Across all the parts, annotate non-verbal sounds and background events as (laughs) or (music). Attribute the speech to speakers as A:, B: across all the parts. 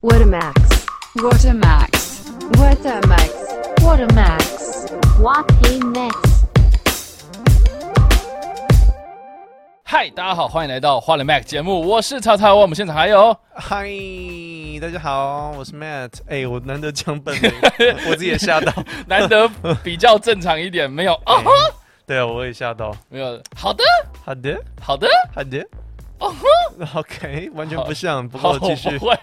A: What a max.
B: What a max.
A: What a max.
C: What a max. What a max.
D: 嗨，大家好，欢迎来到《花了 Mac》节目，我是曹操，我们现场还有
E: 嗨，大家好，我是 Matt。哎、我难得讲
D: (laughs)
E: 本名，我我自己也吓到。
D: 难得比较正常一点，没有
E: 哎
D: 哦吼，
E: (laughs) 对啊，我也吓到。
D: 没有，好的，
E: 好的，
D: 好的，
E: 好的
D: 哦
E: ，OK，完全不像。不
D: 好，
E: 过继续
D: 不。会。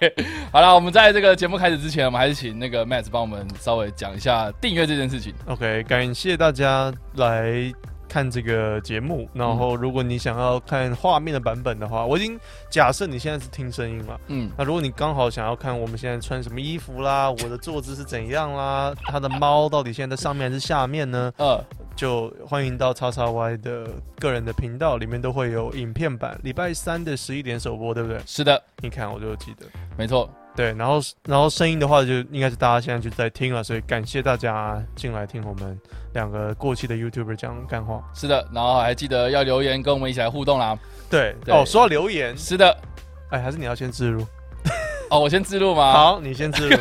D: 好了，我们在这个节目开始之前，啊我们还是请那个 Matt 帮我们稍微讲一下订阅这件事情。
E: OK，感谢大家来看这个节目。然后，如果你想要看画面的版本的话，我已经假设你现在是听声音了。
D: 嗯，
E: 那如果你刚好想要看我们现在穿什么衣服啦，我的坐姿是怎样啦，它的猫到底现在在上面还是下面呢？
D: 呃，
E: 就欢迎到叉叉 Y 的个人的频道，里面都会有影片版。礼拜三的十一点首播，对不对？
D: 是的，
E: 你看我就记得。
D: 没错。
E: 对，然后然后声音的话，就应该是大家现在就在听了，所以感谢大家进来听我们两个过去的 YouTuber 讲干话。
D: 是的，然后还记得要留言跟我们一起来互动啦。
E: 对，
D: 对
E: 哦，说到留言，
D: 是的，
E: 哎，还是你要先自入。
D: 哦，我先自录嘛。
E: 好，你先自入，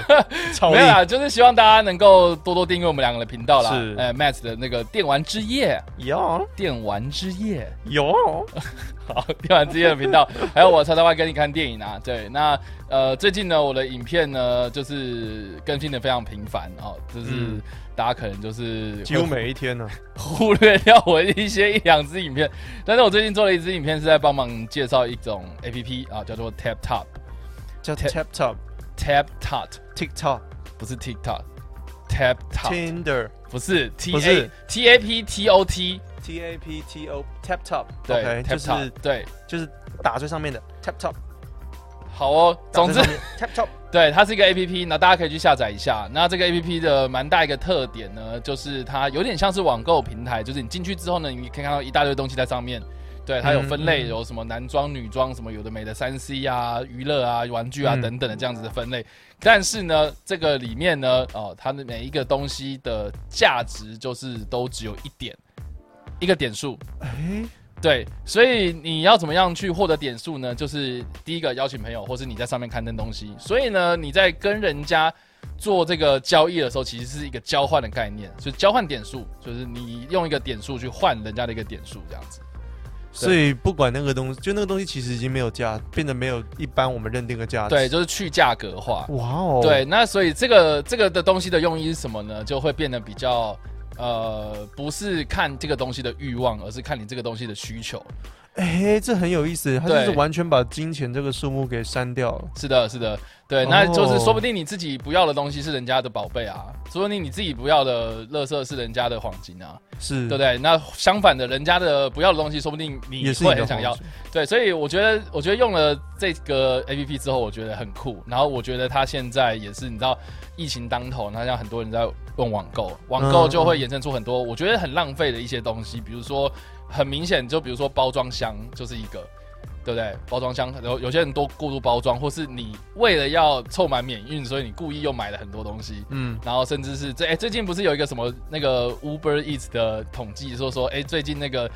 E: 超
D: 没
E: 力
D: 有。啦，就是希望大家能够多多订阅我们两个的频道啦。
E: 是
D: 哎，Matt 的那个电玩之夜，
E: 有
D: 电玩之夜，
E: 有，
D: 好， (laughs)
E: 嗯
D: 电玩之夜的频道，还有我常常会跟你看电影啊。对，那呃，最近呢，我的影片呢，就是更新的非常频繁哦，就是、
E: 嗯
D: 大家可能就是会
E: 几乎每一天呢、
D: 忽略掉我一些一两支影片，但是我最近做了一支影片，是在帮忙介绍一种 A P P 啊，叫做 Tap Top
E: 叫
D: Tap-
E: Tap Top、
D: Tap Tot，
E: TikTok、
D: 不是 TikTok Tap Tot，
E: Tinder、
D: 不是 T
E: 不
D: A
E: 是
D: T A P T O T，
E: T A P T O、Tap Top，
D: 对
E: OK，
D: ，Tap
E: 就
D: Tot，
E: 是
D: 对，
E: 就是打最上面的 tap top，
D: 好哦，总之。
E: tap top，
D: 对，它是一个 A P P，那大家可以去下载一下。那这个 A P P 的蛮大一个特点呢，就是它有点像是网购平台，就是你进去之后呢，你可以看到一大堆东西在上面。对，它有分类，
E: 嗯嗯
D: 有什么男装、女装，什么有的没的，三 C 啊、娱乐啊、玩具啊
E: 嗯
D: 等等的这样子的分类。但是呢，这个里面呢，哦，它的每一个东西的价值就是都只有一点，一个点数。
E: 哎，
D: 对，所以你要怎么样去获得点数呢？就是第一个邀请朋友，或是你在上面刊登东西。所以呢，你在跟人家做这个交易的时候，其实是一个交换的概念，就是交换点数，就是你用一个点数去换人家的一个点数，这样子。
E: 所以不管那个东西，就那个东西其实已经没有价，变得没有一般我们认定的价值。
D: 对，，就是去价格化。
E: 哇哦，
D: 对，，那所以这个这个的东西的用意是什么呢？就会变得比较。呃，不是看这个东西的欲望，而是看你这个东西的需求。
E: 哎，这很有意思，它就
D: 对
E: 是完全把金钱这个数目给删掉了。
D: 是的，是的，对，
E: 哦
D: 那就是说不定你自己不要的东西是人家的宝贝啊，说不定你自己不要的垃圾是人家的黄金啊，
E: 是，
D: 对不对？那相反的，人家的不要的东西，说不定你
E: 也是
D: 会
E: 你的
D: 很想要
E: 黄。
D: 对，所以我觉得，我觉得用了这个 A P P 之后，我觉得很酷。然后我觉得它现在也是，你知道，疫情当头，那像很多人在用网购，网购
E: 嗯
D: 就会衍生出很多我觉得很浪费的一些东西，比如说很明显，就比如说包装箱就是一个。对不对？包装箱，有有些人多过度包装，或是你为了要凑满免运，所以你故意又买了很多东西。
E: 嗯，
D: 然后甚至是最哎、最近不是有一个什么那个 Uber Eats 的统计说说哎、最近那个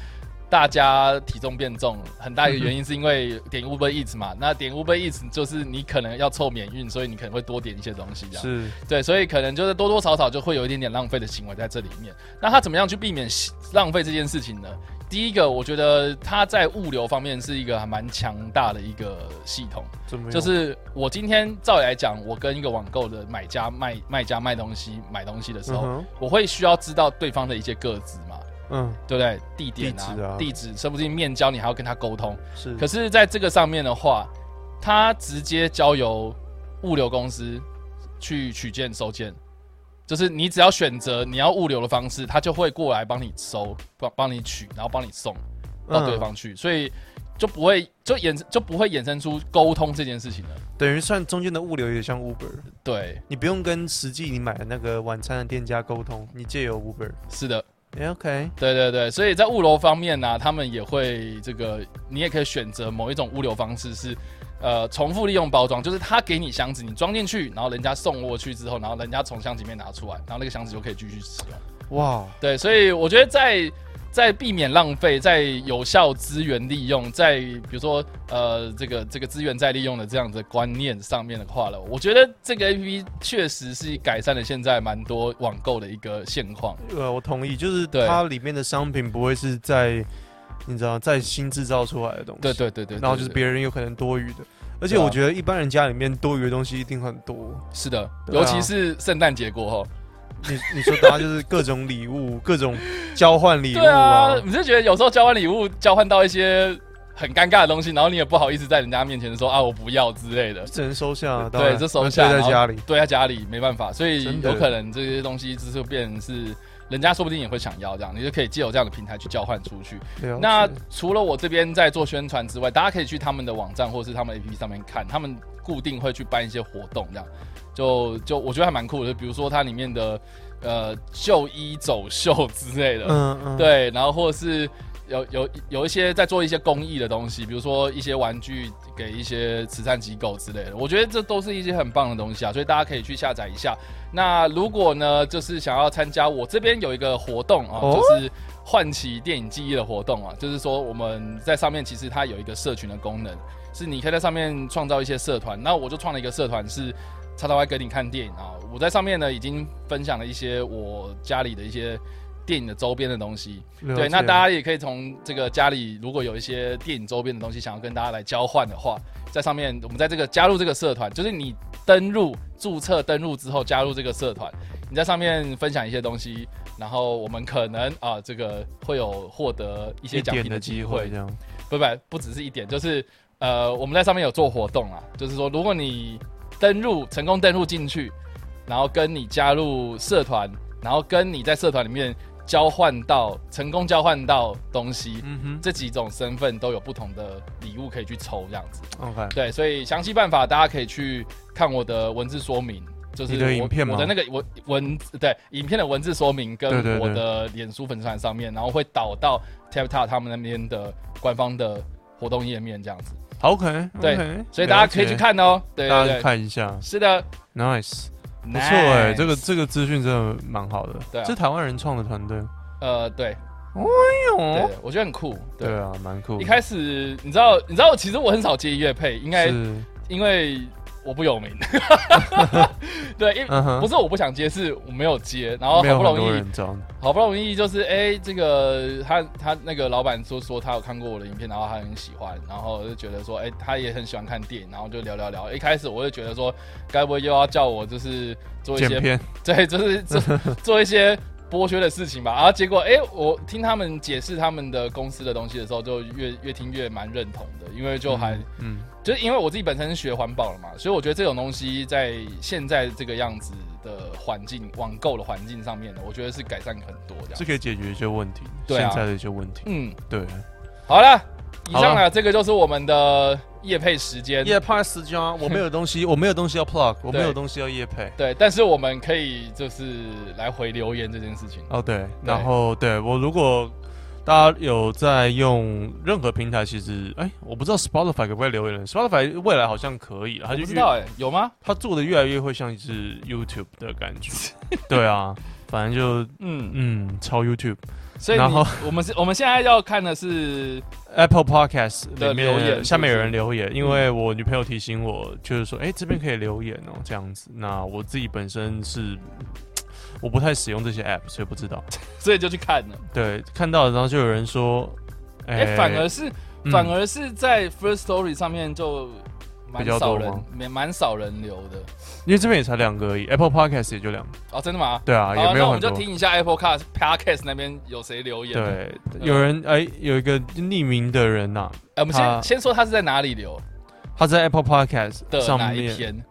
D: 大家体重变重，很大一个原因是因为点 Uber Eats 嘛。那点 Uber Eats 就是你可能要凑免运，所以你可能会多点一些东西这样。
E: 是，
D: 对，所以可能就是多多少少就会有一点点浪费的行为在这里面。那他怎么样去避免浪费这件事情呢？第一个，我觉得他在物流方面是一个还蛮强大的一个系统。
E: 怎么用
D: 就是我今天照理来讲，我跟一个网购的买家卖卖家卖东西买东西的时
E: 嗯
D: 候，
E: 哼
D: 我会需要知道对方的一些个资嘛，
E: 嗯，
D: 对不对？地点啊，
E: 地址啊
D: 甚至面交，你还要跟他沟通。
E: 是，
D: 可是在这个上面的话，他直接交由物流公司去取件收件，就是你只要选择你要物流的方式，他就会过来帮你收，帮帮你取，然后帮你送到对
E: 嗯
D: 方去，所以就不会就衍就不会衍生出沟通这件事情了。
E: 等于算中间的物流有点像 Uber，
D: 对，
E: 你不用跟实际你买的那个晚餐的店家沟通，你借由 Uber。
D: 是的，
E: 哎，OK，
D: 对对对，所以在物流方面呢、他们也会这个，你也可以选择某一种物流方式是，呃，重复利用包装，就是他给你箱子，你装进去，然后人家送过去之后，然后人家从箱子里面拿出来，然后那个箱子就可以继续使用。
E: 哇，
D: 对，所以我觉得在在避免浪费，在有效资源利用，在比如说呃这个这个资源再利用的这样的观念上面的话了，我觉得这个 A P P 确实是改善了现在蛮多网购的一个现况。
E: 呃，我同意，就是
D: 对
E: 它里面的商品不会是在你知道在新制造出来的东西，
D: 对对对对，
E: 然后就是
D: 对
E: 别人有可能多余的，而且
D: 对啊
E: 我觉得一般人家里面多余的东西一定很多。
D: 是的，
E: 对啊
D: 尤其是圣诞节过后，
E: 你你说大家就是各种礼物，各种交换礼物
D: 对啊
E: 啊，，
D: 你就觉得有时候交换礼物交换到一些很尴尬的东西，然后你也不好意思在人家面前说啊我不要之类的。
E: 只能收下，当
D: 对，
E: 然
D: 这收下
E: 堆在家里
D: 然后。堆在家里没办法，所以
E: 真的
D: 有可能这些东西就是变成是人家说不定也会想要这样，你就可以借由这样的平台去交换出去。
E: 了解
D: 那除了我这边在做宣传之外，大家可以去他们的网站或是他们 APP 上面看，他们固定会去办一些活动，这样就就我觉得还蛮酷的，比如说它里面的呃就医走秀之类的，
E: 嗯嗯，
D: 呃对，然后或者是有有有一些在做一些公益的东西，比如说一些玩具给一些慈善机构之类的，我觉得这都是一些很棒的东西啊，所以大家可以去下载一下。那如果呢，就是想要参加我这边有一个活动啊，
E: 哦
D: 就是唤起电影记忆的活动啊，就是说我们在上面其实它有一个社群的功能，是你可以在上面创造一些社团。那我就创了一个社团是。叉叉 Y 跟你看电影啊！我在上面呢已经分享了一些我家里的一些电影的周边的东西，
E: 了
D: 对，那
E: 解
D: 大家也可以从这个家里，如果有一些电影周边的东西想要跟大家来交换的话，在上面我们在这个加入这个社团，就是你登入注册登入之后加入这个社团，你在上面分享一些东西，然后我们可能啊这个会有获得一些
E: 一
D: 奖
E: 点
D: 品
E: 的
D: 的
E: 机
D: 机
E: 会
D: 会
E: 这，样。
D: 不不不只是一点，就是呃我们在上面有做活动啊，就是说如果你登入成功登入进去，然后跟你加入社团，然后跟你在社团里面交换到成功交换到东西，
E: 嗯
D: 这几种身份都有不同的礼物可以去抽这样子。
E: 哼，OK，
D: 对，所以详细办法大家可以去看我的文字说明。就是
E: 你的
D: 我
E: 影片吗
D: 我的那个文文对影片的文字说明
E: 对
D: 跟
E: 对对
D: 我的脸书粉丝团上面，然后会导到 TapTap 他们那边的官方的活动页面这样子，
E: ，OK，
D: 对所以大家可以去，看哦。对
E: 大家
D: 对
E: 去
D: 对，
E: 看一下
D: 是的，
E: ，Nice，
D: 不
E: 不错哎，这个这个资讯真的蛮好的，
D: 对啊
E: 这台湾人创的团队，
D: 呃对对
E: 哦，，
D: 我觉得很酷。
E: 对啊，蛮酷的，
D: 一开始你知道你知道，其实我很少接乐配，应该
E: 是，
D: 因为我不有名。 (laughs) 对，因
E: 嗯哼
D: 不是我不想接，是我没有接，然后
E: 没
D: 好
E: 有
D: 不
E: 很
D: 容
E: 多
D: 易
E: 人知道，
D: 好不容易就是哎、这个他他那个老板说说他有看过我的影片，然后他很喜欢，然后就觉得说哎、他也很喜欢看电影，然后就聊聊聊。一开始我就觉得说，该不会又要叫我就是做一
E: 剪
D: 些 (laughs)
E: 片，
D: 对，就是做做一些剥削的事情吧。然后结果，哎、我听他们解释他们的公司的东西的时候，就越越听越蛮认同的，因为就还、
E: 嗯，
D: 就是因为我自己本身是学环保的嘛，所以我觉得这种东西在现在这个样子的环境，网购的环境上面呢，我觉得是改善很多这
E: 是
D: 样。
E: 可以解决一些问题，
D: 啊对啊
E: 现在的一些问题，
D: 嗯，
E: 对。
D: 好了，以上
E: 好
D: 呢，这个就是我们的夜配时间。
E: 夜拍时间，啊我没有东西，我没有东西要
D: (laughs)
E: plug，我
D: 对
E: 没有东西要夜配。
D: 对，但是我们可以就是来回留言这件事情。
E: 哦，对，然后对我如果大家有在用任何平台，其实哎，我不知道 Spotify 可不可以留言，Spotify 未来好像可以了，它
D: 我
E: 就
D: 不知
E: 越
D: 道哎、有吗？
E: 它做的越来越会像是 YouTube 的感
D: (laughs)
E: 觉。对啊，反正就
D: 嗯，
E: 嗯，超 YouTube。
D: 所以
E: 然
D: 你
E: 后
D: 我们是，我们现在要看的是
E: Apple Podcast
D: 的
E: 里
D: 留言是
E: 面
D: 不
E: 下面有
D: 是
E: 人留言，因为我女朋友提醒我，就是说，哎、这边可以留言哦、这样子。那我自己本身是我不太使用这些 app，所以不知道。
D: 所以就去看了。
E: 对，看到然后就有人说，哎、
D: 哎、反而是、
E: 嗯
D: 反而是在 First Story 上面就蛮
E: 比较
D: 少
E: 多
D: 人
E: 吗，
D: 蛮蛮少人留的。
E: 因为这边也才两个而已，Apple Podcast 也就两个，
D: 哦，真的吗？
E: 对啊，
D: 好
E: 也没
D: 那
E: 有
D: 我们
E: 很
D: 就
E: 多。
D: 听一下 Apple Car Podcast 那边有谁留言。，哎、
E: 对，有人哎、有一个匿名的人呐、
D: 呃我们先
E: 他
D: 先说他是在哪里留
E: 他在 Apple Podcast
D: 的
E: 上
D: 哪一
E: 面
D: 篇？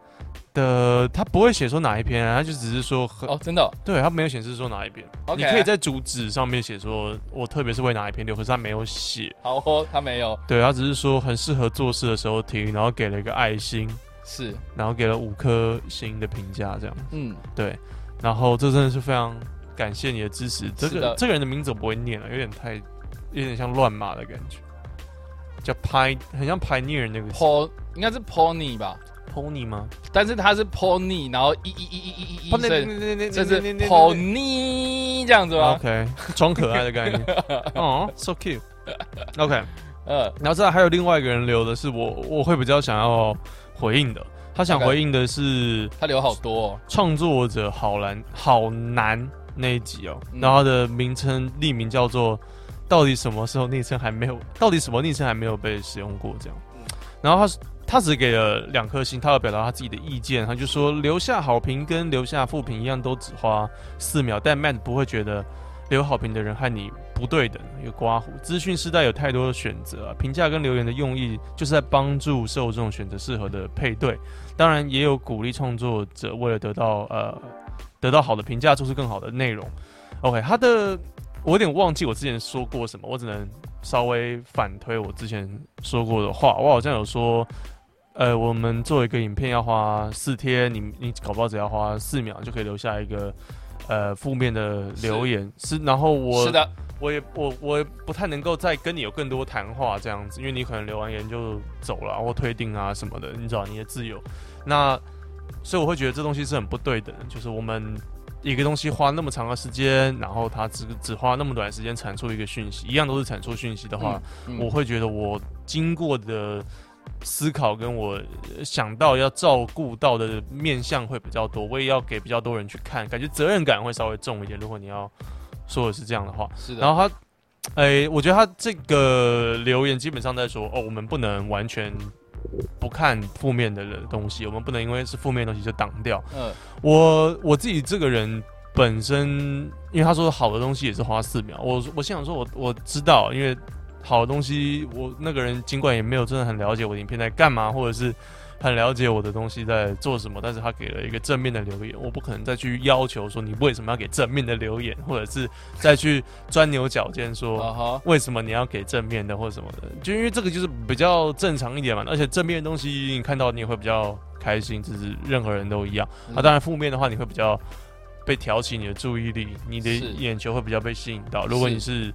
E: 的，他不会写说哪一篇、啊，他就只是说很
D: 哦，真的哦、
E: 对，它没有显示说哪一边。
D: OK
E: 你可以在主旨上面写说，我特别是为哪一篇留，可是它没有写。
D: 好哦，他没有，
E: 对，它只是说很适合做事的时候听，然后给了一个爱心，
D: 是，
E: 然后给了五颗星的评价，这样。
D: 嗯，
E: 对，然后这真的是非常感谢你的支持。这
D: 是的
E: 个这个人的名字我不会念了，有点太，有点像乱码的感觉，叫拍，很像拍 i o 人那个
D: p o 应该是 Pony 吧？
E: pony 吗？
D: 但是它是 pony，然后一一一一一一，所以这
E: 这
D: 是 pony 这样子吗？
E: OK，装可爱的概念。哦，so cute。OK，
D: 嗯
E: 然后再来还有另外一个人留的是我我会比较想要回应的，他想
D: OK
E: 回应的是
D: 他留好多哦，
E: 创作者好难好难那一集哦，
D: 嗯
E: 然后他的名称匿名叫做到底什么时候昵称还没有，到底什么昵称还没有被使用过这样，然后他是他只给了两颗星，他要表达他自己的意见，他就说留下好评跟留下负评一样都只花四秒，但 Matt 不会觉得。留好评的人和你不对等，有刮胡。资讯时代有太多的选择啊，评价跟留言的用意就是在帮助受众选择适合的配对。当然也有鼓励创作者为了得到呃得到好的评价，做出更好的内容。OK，他的我有点忘记我之前说过什么，我只能稍微反推我之前说过的话。我好像有说，呃，我们做一个影片要花四天，你你搞不好只要花四秒就可以留下一个。呃，负面的留言是然后我
D: 是的，
E: 我也我我也不太能够再跟你有更多谈话这样子，因为你可能留完言就走了啊或退订啊什么的，你知道你的自由。那所以我会觉得这东西是很不对等的，就是我们一个东西花那么长的时间，然后它只只花那么短的时间产出一个讯息，一样都是产出讯息的话，
D: 嗯
E: 我会觉得我经过的思考跟我呃想到要照顾到的面向会比较多，我也要给比较多人去看，感觉责任感会稍微重一点。如果你要说的是这样的话，
D: 是的，
E: 然后他，诶，我觉得他这个留言基本上在说，哦，我们不能完全不看负面的东西，我们不能因为是负面的东西就挡掉。
D: 嗯
E: 我我自己这个人本身，因为他说好的东西也是花四秒，我我心想说我我知道，因为好的东西，我那个人尽管也没有真的很了解我的影片在干嘛，或者是很了解我的东西在做什么，但是他给了一个正面的留言，我不可能再去要求说你为什么要给正面的留言，或者是再去钻牛角尖说。
D: 啊哈，
E: 为什么你要给正面的或什么的？就因为这个就是比较正常一点嘛，而且正面的东西你看到你也会比较开心，就是任何人都一样。
D: 嗯
E: 啊，当然负面的话你会比较被挑起你的注意力，你的
D: 是
E: 眼球会比较被吸引到。如果你是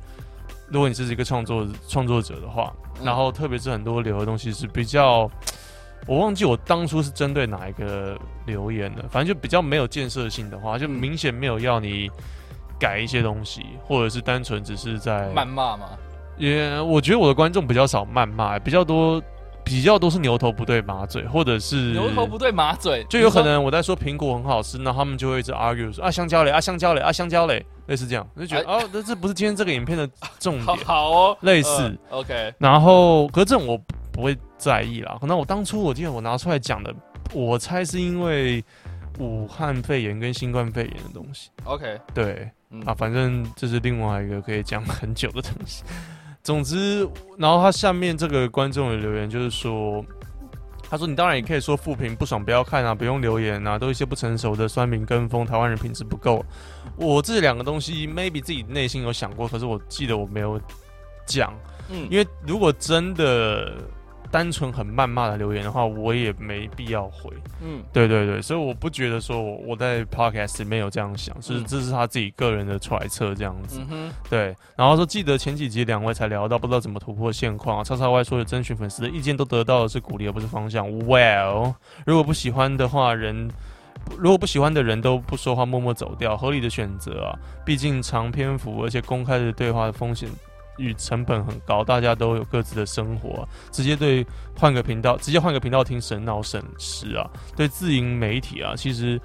E: 如果你是一个创作创作者的话，
D: 嗯
E: 然后特别是很多留的东西是比较。我忘记我当初是针对哪一个留言了，反正就比较没有建设性的
D: 嗯
E: 话，就明显没有要你改一些东西，或者是单纯只是在
D: 谩骂嘛，
E: 也，我觉得我的观众比较少谩骂，比较多，比较多是牛头不对马嘴，或者是
D: 牛头不对马嘴，
E: 就有可能我在说苹果很好吃，那他们就会一直 argue 说啊香蕉嘞啊香蕉嘞啊香蕉嘞，类似这样，我就觉得、哦，这这不是今天这个影片的重
D: 你说。
E: 点
D: 哎好。好哦，
E: 类似
D: 呃 OK，
E: 然后，可是这种我不会在意啦。可能我当初我记得我拿出来讲的，我猜是因为武汉肺炎跟新冠肺炎的东西。
D: OK，
E: 对，
D: 嗯
E: 啊，反正这是另外一个可以讲很久的东西。总之，然后他下面这个观众的留言就是说，他说你当然也可以说负评不爽不要看啊，不用留言啊，都一些不成熟的酸民跟风，台湾人品质不够。我这两个东西，maybe 自己内心有想过，可是我记得我没有讲，
D: 嗯
E: 因为如果真的单纯很谩骂的留言的话，我也没必要回。
D: 嗯
E: 对对对，所以我不觉得说我我在 podcast 里面有这样想，是
D: 嗯
E: 这是他自己个人的揣测这样子。
D: 嗯哼，
E: 对，然后说记得前几集两位才聊到不知道怎么突破现况啊，叉叉 Y 说的征询粉丝的意见都得到的是鼓励而不是方向。Well，如果不喜欢的话，人如果不喜欢的人都不说话，默默走掉，合理的选择啊，毕竟长篇幅而且公开的对话的风险。与成本很高，大家都有各自的生活啊、直接对换个频道，直接换个频道听神脑省事啊。对自营媒体啊，其实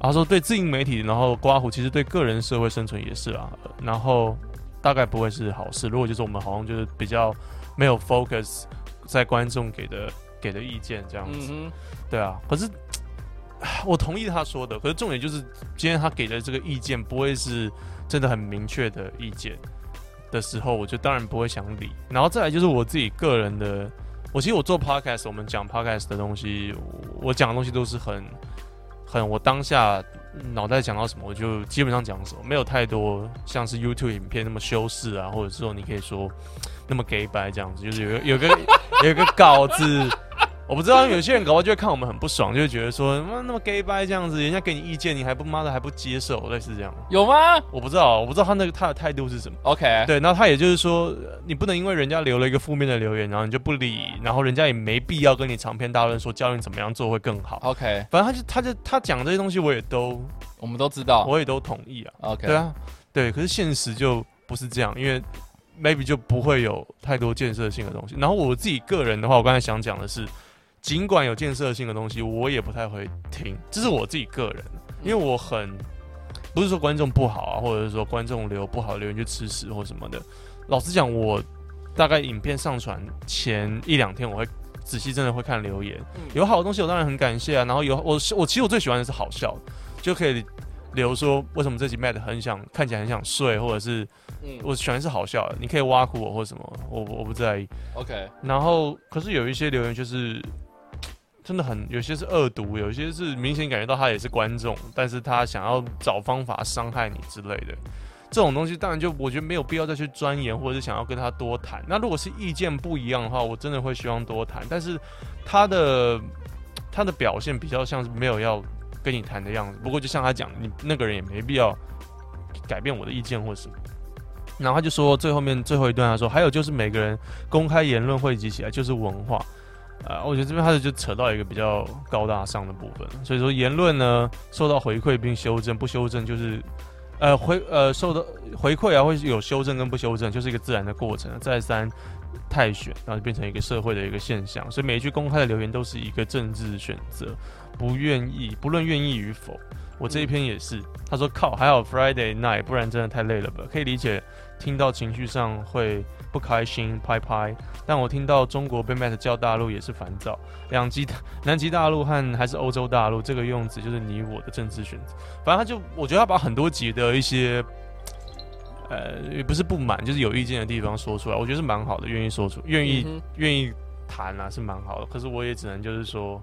E: 他说对自营媒体，然后刮胡，其实对个人社会生存也是啊，呃然后大概不会是好事。如果就是我们好像就是比较没有 focus 在观众给的给的意见这样子，
D: 嗯
E: 对啊。可是 (sighs) 我同意他说的，可是重点就是今天他给的这个意见不会是真的很明确的意见的时候，我就当然不会想理。然后再来就是我自己个人的，我其实我做 podcast，我们讲 podcast 的东西，我我讲的东西都是很很我当下脑袋想到什么，我就基本上讲什么，没有太多像是 YouTube 影片那么修饰啊，或者是说你可以说那么给白这样子，就是有个有个有个稿子。我不知道有些人搞不好就会看我们很不爽，就会觉得说妈那么 gay 掰这样子，人家给你意见你还不妈的还不接受，类似这样。
D: 有吗
E: 我不知道，我不知道他那个他的态度是什么。
D: ？OK，
E: 对，那他也就是说，你不能因为人家留了一个负面的留言，然后你就不理，然后人家也没必要跟你长篇大论说教你怎么样做会更好。
D: ，OK，
E: 反正他就他就他讲这些东西，我也都
D: 我们都知道。
E: 我也都同意啊。
D: OK，
E: 对啊，对，可是现实就不是这样，因为 maybe 就不会有太多建设性的东西。然后我自己个人的话，我刚才想讲的是，尽管有建设性的东西，我也不太会听，这是我自己个人，因为我很不是说观众不好啊，或者是说观众留不好的留言去吃屎或什么的。老实讲，我大概影片上传前一两天，我会仔细真的会看留言，有好的东西我当然很感谢啊。然后有我我其实我最喜欢的是好笑的，就可以留说为什么这集卖的很想看起来很想睡，或者是
D: 嗯
E: 我喜欢是好笑的，你可以挖苦我或什么，我我不在意。
D: ，OK，
E: 然后可是有一些留言就是。真的很，有些是恶毒，有些是明显感觉到他也是观众，但是他想要找方法伤害你之类的，这种东西当然就我觉得没有必要再去钻研，或者是想要跟他多谈。那如果是意见不一样的话，我真的会希望多谈，但是他的他的表现比较像是没有要跟你谈的样子。不过就像他讲，你那个人也没必要改变我的意见或什么。然后他就说最后面最后一段，他说还有就是每个人公开言论汇集起来就是文化。呃，我觉得这边他就扯到一个比较高大上的部分，所以说言论呢受到回馈并修正，不修正就是呃回呃受到回馈啊，会有修正跟不修正，就是一个自然的过程。再三泰选，然后就变成一个社会的一个现象，所以每一句公开的留言都是一个政治选择，不愿意，不论愿意与否。我这一篇也是，他说靠，还好 Friday night，不然真的太累了吧？可以理解，听到情绪上会不开心，拍拍。但我听到中国被 Matt 叫大陆也是烦躁，两极大南极大陆和还是欧洲大陆这个用词就是你我的政治选择。反正他就，我觉得他把很多集的一些，呃，也不是不满，就是有意见的地方说出来，我觉得是蛮好的，愿意说出，愿意
D: 嗯
E: 愿意谈啊，是蛮好的。可是我也只能就是说，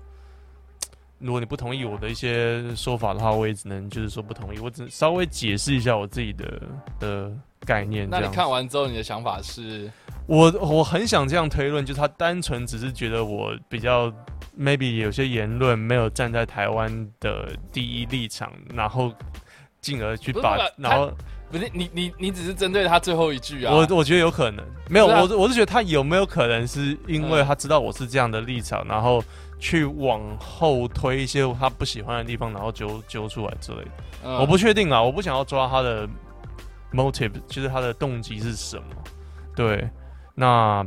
E: 如果你不同意我的一些说法的话，我也只能就是说不同意。我只稍微解释一下我自己的的概念。
D: 哼那
E: 这
D: 你
E: 样子
D: 看完之后，你的想法是
E: 我我很想这样推论，就是他单纯只是觉得我比较 maybe 有些言论没有站在台湾的第一立场，然后进而去
D: 不是
E: 把
D: 不是，
E: 然后
D: 不是你你你只是针对他最后一句啊？
E: 我我觉得有可能，没有，
D: 不是啊
E: 我是我是觉得他有没有可能是因为
D: 嗯
E: 他知道我是这样的立场，然后去往后推一些他不喜欢的地方，然后揪揪出来之类的。
D: 嗯
E: 我不确定啊，我不想要抓他的 motive，就是他的动机是什么。对，那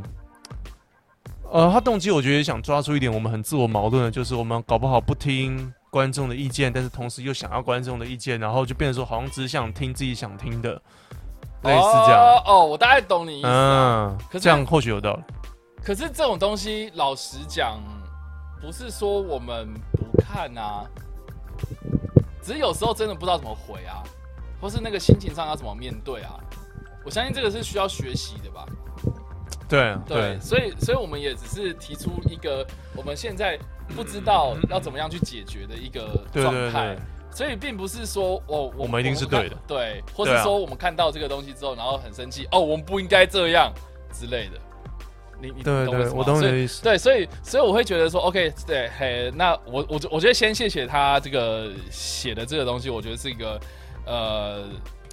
E: 呃，他动机我觉得也想抓出一点我们很自我矛盾的，就是我们搞不好不听观众的意见，但是同时又想要观众的意见，然后就变成说好像只想听自己想听的，类似这样。
D: 哦哦，我大概懂你意思。啊
E: 嗯，
D: 可是
E: 这样或许有道理。
D: 可是这种东西，老实讲，不是说我们不看啊，只是有时候真的不知道怎么回啊，或是那个心情上要怎么面对啊。我相信这个是需要学习的吧。
E: 对
D: 对，所以所以我们也只是提出一个我们现在不知道要怎么样去解决的一个
E: 嗯对
D: 状
E: 对
D: 态
E: 对，，
D: 所以并不是说哦，
E: 我们一定是对的
D: 看对，或
E: 对
D: 是
E: 啊
D: 说我们看到这个东西之后，然后很生气，哦，我们不应该这样之类的。你你
E: 对
D: 懂
E: 对，
D: 什么
E: 我懂你
D: 所以
E: 的意思。
D: 对，所以所以我会觉得说，OK，对，嘿，那我我我觉得先谢谢他这个写的这个东西，我觉得是一个呃，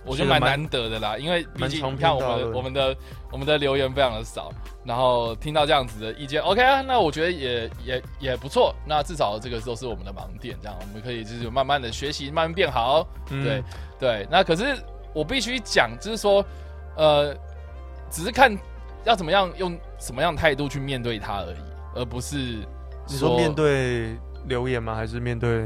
D: 我觉得蛮
E: 蛮
D: 难得的啦，因为毕
E: 蛮
D: 竟
E: 长
D: 你看
E: 篇
D: 我
E: 大
D: 们
E: 论
D: 我们的我们的留言非常的少，然后听到这样子的意见，OK 啊，那我觉得也也也不错，那至少这个都是我们的盲点，这样我们可以就是慢慢的学习，慢慢变好，
E: 嗯
D: 对对，那可是我必须讲，就是说，呃，只是看要怎么样用什么样的态度去面对它而已，而不是
E: 你说面对留言吗？还是面对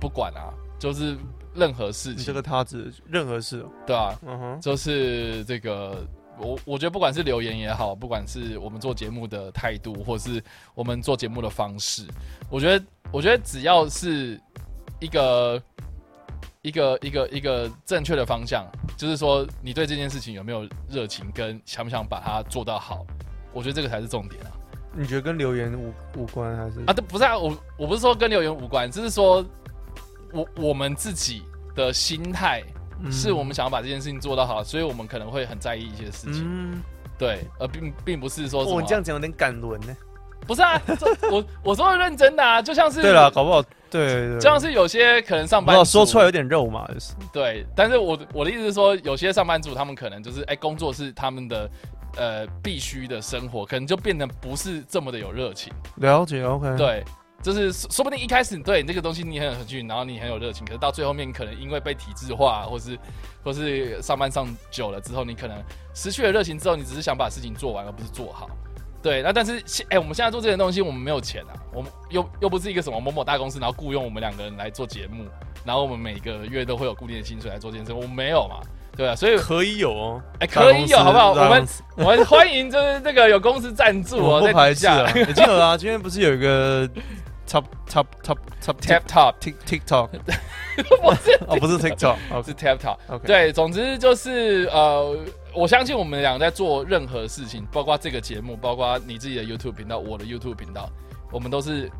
D: 不管啊，就是任何事
E: 你
D: 情，
E: 这个他指任何事哦？
D: 对啊，
E: 嗯哼，
D: 就是这个。我我觉得不管是留言也好，不管是我们做节目的态度，或是我们做节目的方式，我觉得我觉得只要是一个一个一个一个正确的方向，就是说你对这件事情有没有热情，跟想不想把它做到好，我觉得这个才是重点啊！
E: 你觉得跟留言无无关还是
D: 啊，？这不是啊，我我不是说跟留言无关，只是说我我们自己的心态，
E: 嗯
D: 是我们想要把这件事情做到好，所以我们可能会很在意一些事情。
E: 嗯，
D: 呃对，而并并不是说什
E: 我
D: 么
E: 这样讲有点感人呢。
D: 不是啊，这我我说的认真的啊，就像是
E: (laughs) 对了，搞不好对，对
D: 就像是有些可能上
E: 我不
D: 班
E: 知道
D: 族
E: 说出来有点肉麻，就是
D: 对，但是我我的意思是说，有些上班族他们可能就是哎、工作是他们的呃必须的生活，可能就变得不是这么的有热情。
E: 了解 OK。，
D: 对，就是说说不定一开始你对你这个东西你很有兴趣，然后你很有热情，可是到最后面，你可能因为被体制化，或是或是上班上久了之后，你可能失去了热情之后，你只是想把事情做完，而不是做好。对，那但是现哎、我们现在做这些东西，我们没有钱啊，我们又又不是一个什么某某大公司，然后雇佣我们两个人来做节目，然后我们每个月都会有固定的薪水来做这件事，我们没有嘛，对啊，所以
E: 可以有哦，
D: 哎、可以有好不好？
E: 大
D: 我
E: 公
D: 们
E: 司
D: 我们欢迎就是这个有公司赞助
E: 我 (laughs)
D: 哦，
E: 们
D: 在
E: 不排
D: 底
E: 斥
D: 下
E: 啊，已经有啊，今天不是有一个 top top top top
D: (laughs) tap
E: (laughs)
D: top
E: tik TikTok
D: 不是
E: 哦，不是 TikTok，哦
D: 是 tap top。
E: OK，
D: 对，总之就是呃，我相信我们俩在做任何事情，包括这个节目，包括你自己的 YouTube 频道，我的 YouTube 频道，我们都是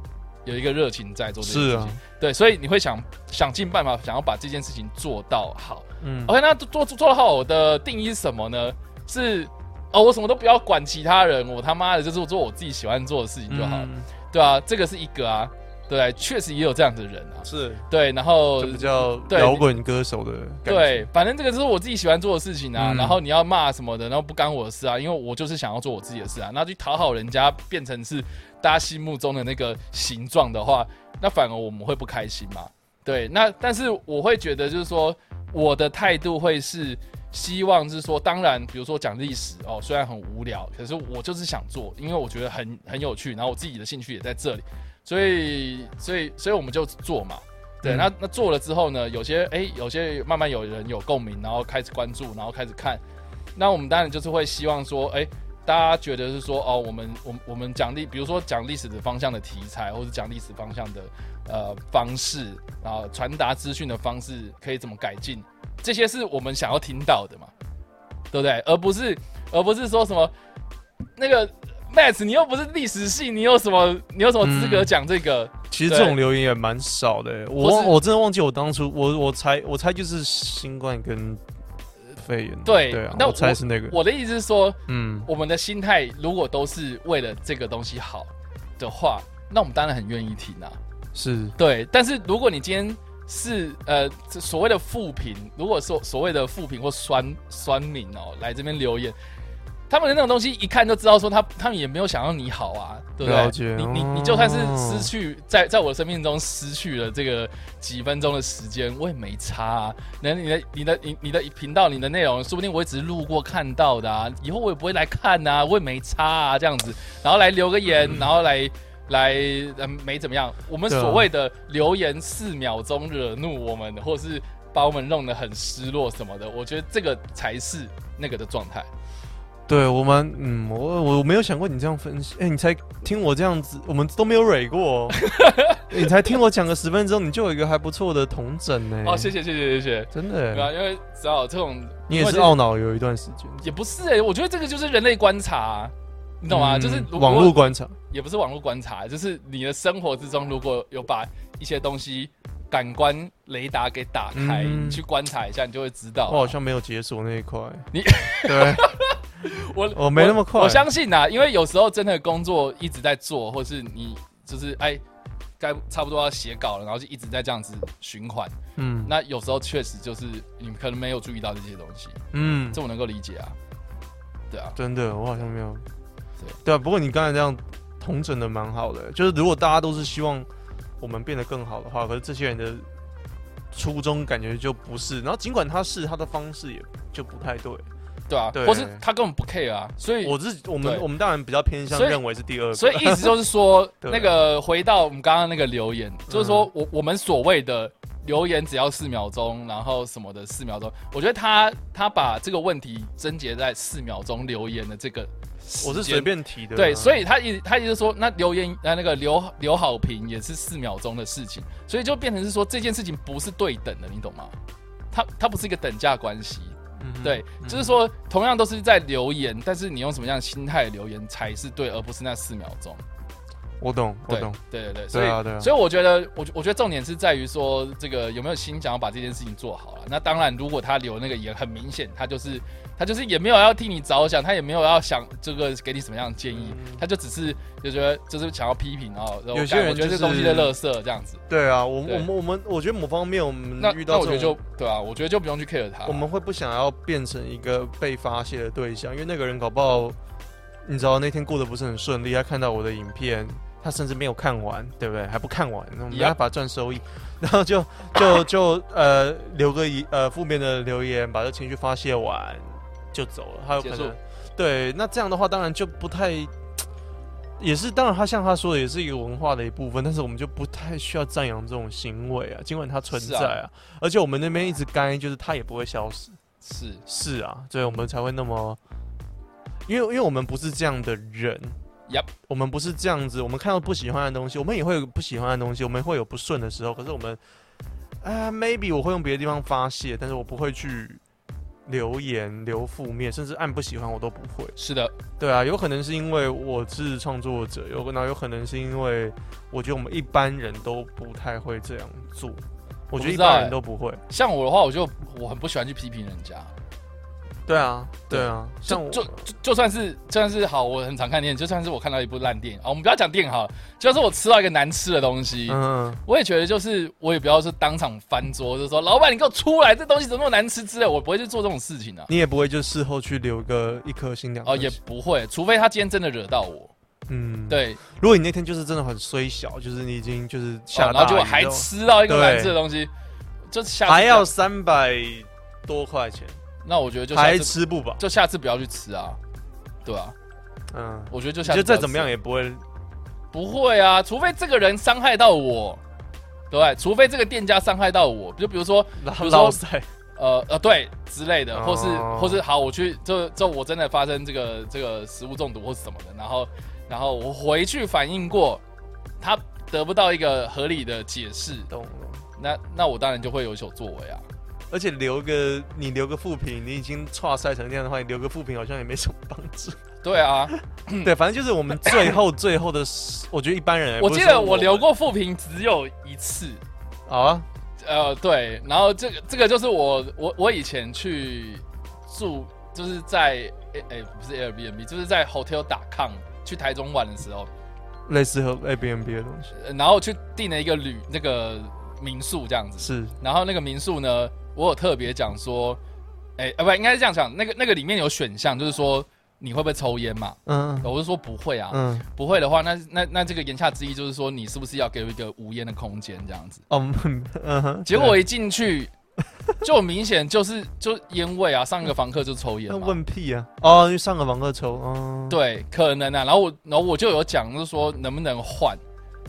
D: 有一个热情在做这件事
E: 是
D: 情。
E: 啊，
D: 对，所以你会想想尽办法，想要把这件事情做到好。
E: 嗯，
D: OK，那做做到好的定义是什么呢？是哦，我什么都不要管其他人，我他妈的就是做我自己喜欢做的事情就好了，
E: 嗯
D: 对啊，这个是一个啊，对，确实也有这样的人啊，
E: 是
D: 对，然后
E: 就比较
D: 对
E: 摇滚歌手的感
D: 对
E: 觉，，
D: 反正这个就是我自己喜欢做的事情啊。
E: 嗯
D: 然后你要骂什么的，然后不干我的事啊，因为我就是想要做我自己的事啊。那去讨好人家，变成是大家心目中的那个形状的话，那反而我们会不开心嘛。对，那但是我会觉得就是说，我的态度会是希望是说，当然，比如说讲历史哦，虽然很无聊，可是我就是想做，因为我觉得很很有趣，然后我自己的兴趣也在这里，所以所以所以我们就做嘛。对，
E: 嗯
D: 那那做了之后呢，有些诶，有些慢慢有人有共鸣，然后开始关注，然后开始看。那我们当然就是会希望说，诶，大家觉得是说，哦，我们我们我们讲历，比如说讲历史的方向的题材，或者讲历史方向的呃方式，然后传达资讯的方式可以怎么改进，这些是我们想要听到的嘛，对不对？而不是而不是说什么那个 Max，你又不是历史系，你有什么你有什么资格
E: 嗯
D: 讲这个？
E: 其实这种留言也蛮少的欸，我忘我真的忘记我当初我我猜我猜就是新冠跟肺炎，
D: 对
E: 对啊，
D: 那
E: 我猜是那个，
D: 我的意思是说，
E: 嗯，
D: 我们的心态如果都是为了这个东西好的话，那我们当然很愿意听啊。
E: 是
D: 对，但是如果你今天是呃这所谓的负评，如果说所谓的负评或酸酸民哦来这边留言，他们的那种东西一看就知道说他他们也没有想要你好啊，对不
E: 了
D: 对？
E: 解
D: 你你
E: 哦
D: 你就算是失去在在我的生命中失去了这个几分钟的时间，我也没差啊。那你的你的你你的频道你的内容，说不定我也只是路过看到的啊，以后我也不会来看啊，我也没差啊这样子，然后来留个
E: 嗯
D: 言，然后来。来，呃，没怎么样。我们
E: 对啊
D: 所谓的留言四秒钟惹怒我们，或是把我们弄得很失落什么的，我觉得这个才是那个的状态。
E: 对我们，嗯，我我我没有想过你这样分析，哎、你才听我这样子，我们都没有蕊过、
D: (laughs)
E: 哦，你才听我讲个十分钟，你就有一个还不错的同整呢、欸
D: 哦，谢，谢，谢谢，谢谢。
E: 真
D: 对
E: 的
D: 啊，
E: 欸，
D: 因为只好这种，
E: 你也
D: 或
E: 是
D: 者
E: 懊恼有一段时间，
D: 也不是哎、我觉得这个就是人类观察啊、你懂吗？
E: 嗯
D: 就是如果哦
E: 网络观察，
D: 也不是网络观察，就是你的生活之中，如果有把一些东西感官雷达给打开，
E: 嗯哦
D: 你去观察一下，你就会知道啊。
E: 我好像没有解锁那一块，
D: 你
E: 对，
D: 我
E: 我没那么快
D: 我相信啊呐、因为有时候真的工作一直在做，或是你就是哎，该差不多要写稿了，然后就一直在这样子循环。
E: 嗯
D: (laughs) 那有时候确实就是你可能没有注意到这些东西，
E: 嗯，
D: 这我能够理解啊。对啊，
E: 真的，我好像没有
D: 对，
E: 对啊，不过你刚才这样同整的蛮好的、就是如果大家都是希望我们变得更好的话，可是这些人的初衷感觉就不是，然后尽管他是，他的方式也就不太对。
D: 对啊，
E: 对
D: 或是他根本不 care 啊，所以
E: 我是
D: 对
E: 我们我们当然比较偏向
D: 所以
E: 认为是第二个，
D: 所以意思就是说，
E: (laughs) 对啊嗯
D: 那个回到我们刚刚那个留言，就是说我我们所谓的留言只要四秒钟，然后什么的四秒钟，我觉得他他把这个问题贞结在四秒钟留言的这个时间，
E: 我是随便提的啊、
D: 对，所
E: 以
D: 以他一他一直说，那留言呃那个留留好评也是四秒钟的事情，所以就变成是说这件事情不是对等的，你懂吗？它它不是一个等价关系，
E: 嗯
D: 对，就是说同样都是在留言，但是你用什么样的心态留言才是对，而不是那四秒钟。
E: 我懂，我
D: 对
E: 懂，
D: 对对对，所以
E: 对啊，对啊，
D: 所以我觉得，我我觉得重点是在于说，这个有没有心想要把这件事情做好了。那当然，如果他留那个也很明显，他就是他就是也没有要替你着想，他也没有要想这个给你什么样的建议，他就只是就觉得就是想要批评哦。然后
E: 嗯有些人
D: 我觉得
E: 就
D: 这
E: 是
D: 东西的垃圾这样子。
E: 对啊，我们
D: 对
E: 我们我们，我觉得某方面我们
D: 那
E: 嗯遇
D: 那
E: 到
D: 我觉
E: 这
D: 得就
E: 种，
D: 对啊，我觉得就不用去 care 他。
E: 我们会不想要变成一个被发泄的对象，因为那个人搞不好，你知道那天过得不是很顺利，他看到我的影片，他甚至没有看完，对不对？还不看完，那我们没
D: Yup
E: 办法赚收益，然后就就就呃留个一呃负面的留言，把这情绪发泄完就走了，他有可
D: 结束
E: 能对，那这样的话当然就不太。也是，当然，他像他说的，也是一个文化的一部分，但是我们就不太需要赞扬这种行为啊，尽管它存
D: 是
E: 在
D: 啊
E: 啊，而且我们那边一直干，就是它也不会消失。
D: 是
E: 是啊，所以我们才会那么，因为因为我们不是这样的人
D: Yup
E: 我们不是这样子，我们看到不喜欢的东西，我们也会有不喜欢的东西，我们会有不顺的时候，可是我们啊、m a y b e 我会用别的地方发泄，但是我不会去留言、留负面，甚至按不喜欢我都不会。
D: 是的，
E: 对啊，有可能是因为我是创作者，有那有可能是因为我觉得我们一般人都不太会这样做，我觉
D: 不
E: 得一
D: 知道
E: 般
D: 欸
E: 人都不会。
D: 像我的话，我就我很不喜欢去批评人家。
E: 对啊，对啊，像
D: 就
E: 我
D: 就就就算是就算是好，我很常看电影，就算是我看到一部烂电影啊，我们不要讲电影好了，就算是我吃到一个难吃的东西，
E: 嗯。
D: 我也觉得就是我也不要是当场翻桌，就说老板你给我出来，这东西怎么那么难吃之类，我不会去做这种事情啊，
E: 你也不会就事后去留个一颗星两颗
D: 哦也
E: 星
D: 不会，除非他今天真的惹到我，
E: 嗯，。
D: 对，
E: 如果你那天就是真的很虽小，就是你已经就是
D: 哦
E: 下
D: 然后
E: 大
D: 结果
E: 雨，
D: 还
E: 然后
D: 吃到一个
E: 对
D: 难吃的东西，就下次
E: 还要
D: 不
E: 三百多块钱，
D: 那我觉得就下
E: 还
D: 次
E: 吃不饱，
D: 就下次不要去吃啊，对啊，
E: 嗯，
D: 我觉得就
E: 你
D: 下
E: 就
D: 次不要
E: 再怎么
D: 吃
E: 样也不会，
D: 不会啊，除非这个人伤害到我，对不对，除非这个店家伤害到我，就比如说。
E: 老
D: 如说
E: 老塞，
D: 呃呃，对之类的，
E: 哦
D: 或是、或是好，我去这这我真的发生这个这个食物中毒或是什么的，然后然后我回去反映过，他得不到一个合理的解释，
E: 懂了。
D: 那那我当然就会有所作为啊。
E: 而且留个你留个副评，你已经差赛成那样的话，你留个副评好像也没什么帮助。
D: 对啊，
E: 哎对，反正就是我们最
D: (laughs)
E: 后最后的，我觉得一般人，啊
D: 我
E: 不是
D: 记得
E: 说
D: 我留过负评只有一次，
E: 好啊，
D: 呃，对，然后这个这个就是我我我以前去住，就是在诶诶不是 Airbnb，就是在 Hotel.com 去台中玩的时候，
E: 类似和 Airbnb 的东西
D: 呃然后去订了一个旅那个民宿这样子，
E: 是
D: 然后那个民宿呢，我有特别讲说，哎、啊不，应该是这样讲，那个那个里面有选项，就是说你会不会抽烟嘛？
E: 嗯
D: 我就说不会啊，
E: 嗯
D: 不会的话，那那那这个言下之意就是说，你是不是要给我一个无烟的空间这样子？
E: 哦嗯嗯哼，
D: 结果
E: 对
D: 我一进去，就很明显就是就烟味啊，上一个房客就抽烟
E: 那
D: 嘛。
E: 问屁啊！哦，因为上个网课抽，嗯，，
D: 对，可能啊。然后我，然后我就有讲，就是说能不能换？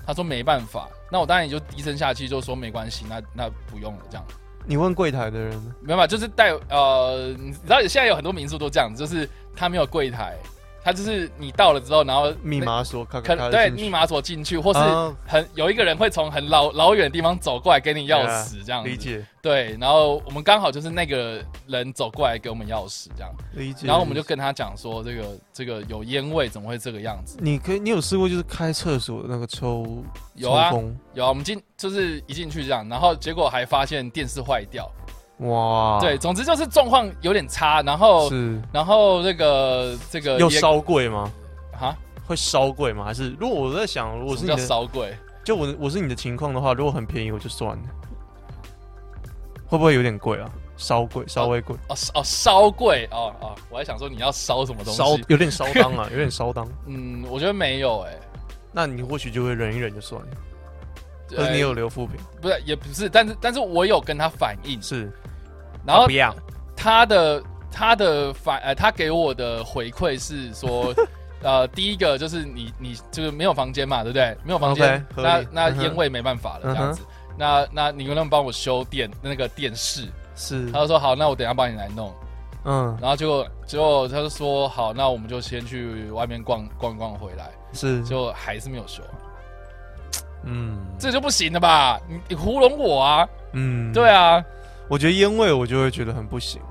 D: 他说没办法。那我当然也就低声下气，就说没关系，那那不用了这样。
E: 你问柜台的人，
D: 没办法，就是带呃，你知道现在有很多民宿都这样，就是他没有柜台，他就是你到了之后，然后
E: 密码锁，咔
D: 可
E: 咔咔
D: 能
E: 地
D: 对
E: 进去
D: 密码锁进去，或是
E: 啊
D: 很、有一个人会从很老老远的地方走过来给你钥匙这样子
E: 理解
D: 对，然后我们刚好就是那个人走过来给我们钥匙这样，
E: 理解。
D: 然后我们就
E: 理解
D: 跟他讲说这个这个有烟味，怎么会这个样子？
E: 你可以，你有试过就是开厕所的那个抽
D: 有啊
E: 抽风
D: 有啊，我们进就是一进去这样，然后结果还发现电视坏掉，
E: 哇，
D: 对，，总之就是状况有点差，然后
E: 啊是
D: 然后这个这个
E: 有
D: 也
E: 烧柜吗？
D: 啊。
E: 会烧柜吗？还是如果我在想，如果
D: 什
E: 是你
D: 么叫
E: 的，
D: 烧贵，
E: 就我我是你的情况的话，如果很便宜我就算了，会不会有点贵啊？烧柜，稍微贵，
D: 哦烧哦烧贵哦哦，我还想说你要烧什么东
E: 烧
D: 西？
E: 有点烧当啊，有点烧当。
D: 嗯，我觉得没有哎、
E: 那你或许就会忍一忍
D: (laughs)
E: 就算了。可是
D: 呃
E: 你有留副品，
D: 不是也不是，但是但是我有跟他反映，
E: 是
D: 然后
E: 哦不要
D: 他的他的反呃他给我的回馈是
E: (laughs)
D: 说。呃，第一个就是你，你就是没有房间嘛，对不对？没有房间
E: OK，合理
D: 那
E: 嗯
D: 那
E: 哼
D: 烟味没办法了，这样子。那那你能不能帮我修电那个电视？
E: 是
D: 他就说好，那我等一下帮你来弄。
E: 嗯，
D: 然后结果结果他就说好，那我们就先去外面逛逛逛回来。
E: 是，
D: 就还是没有修，
E: 嗯，
D: 这就不行了吧？你你糊弄我啊？
E: 嗯，
D: 对，啊，
E: 我觉得烟味我就会觉得很不行。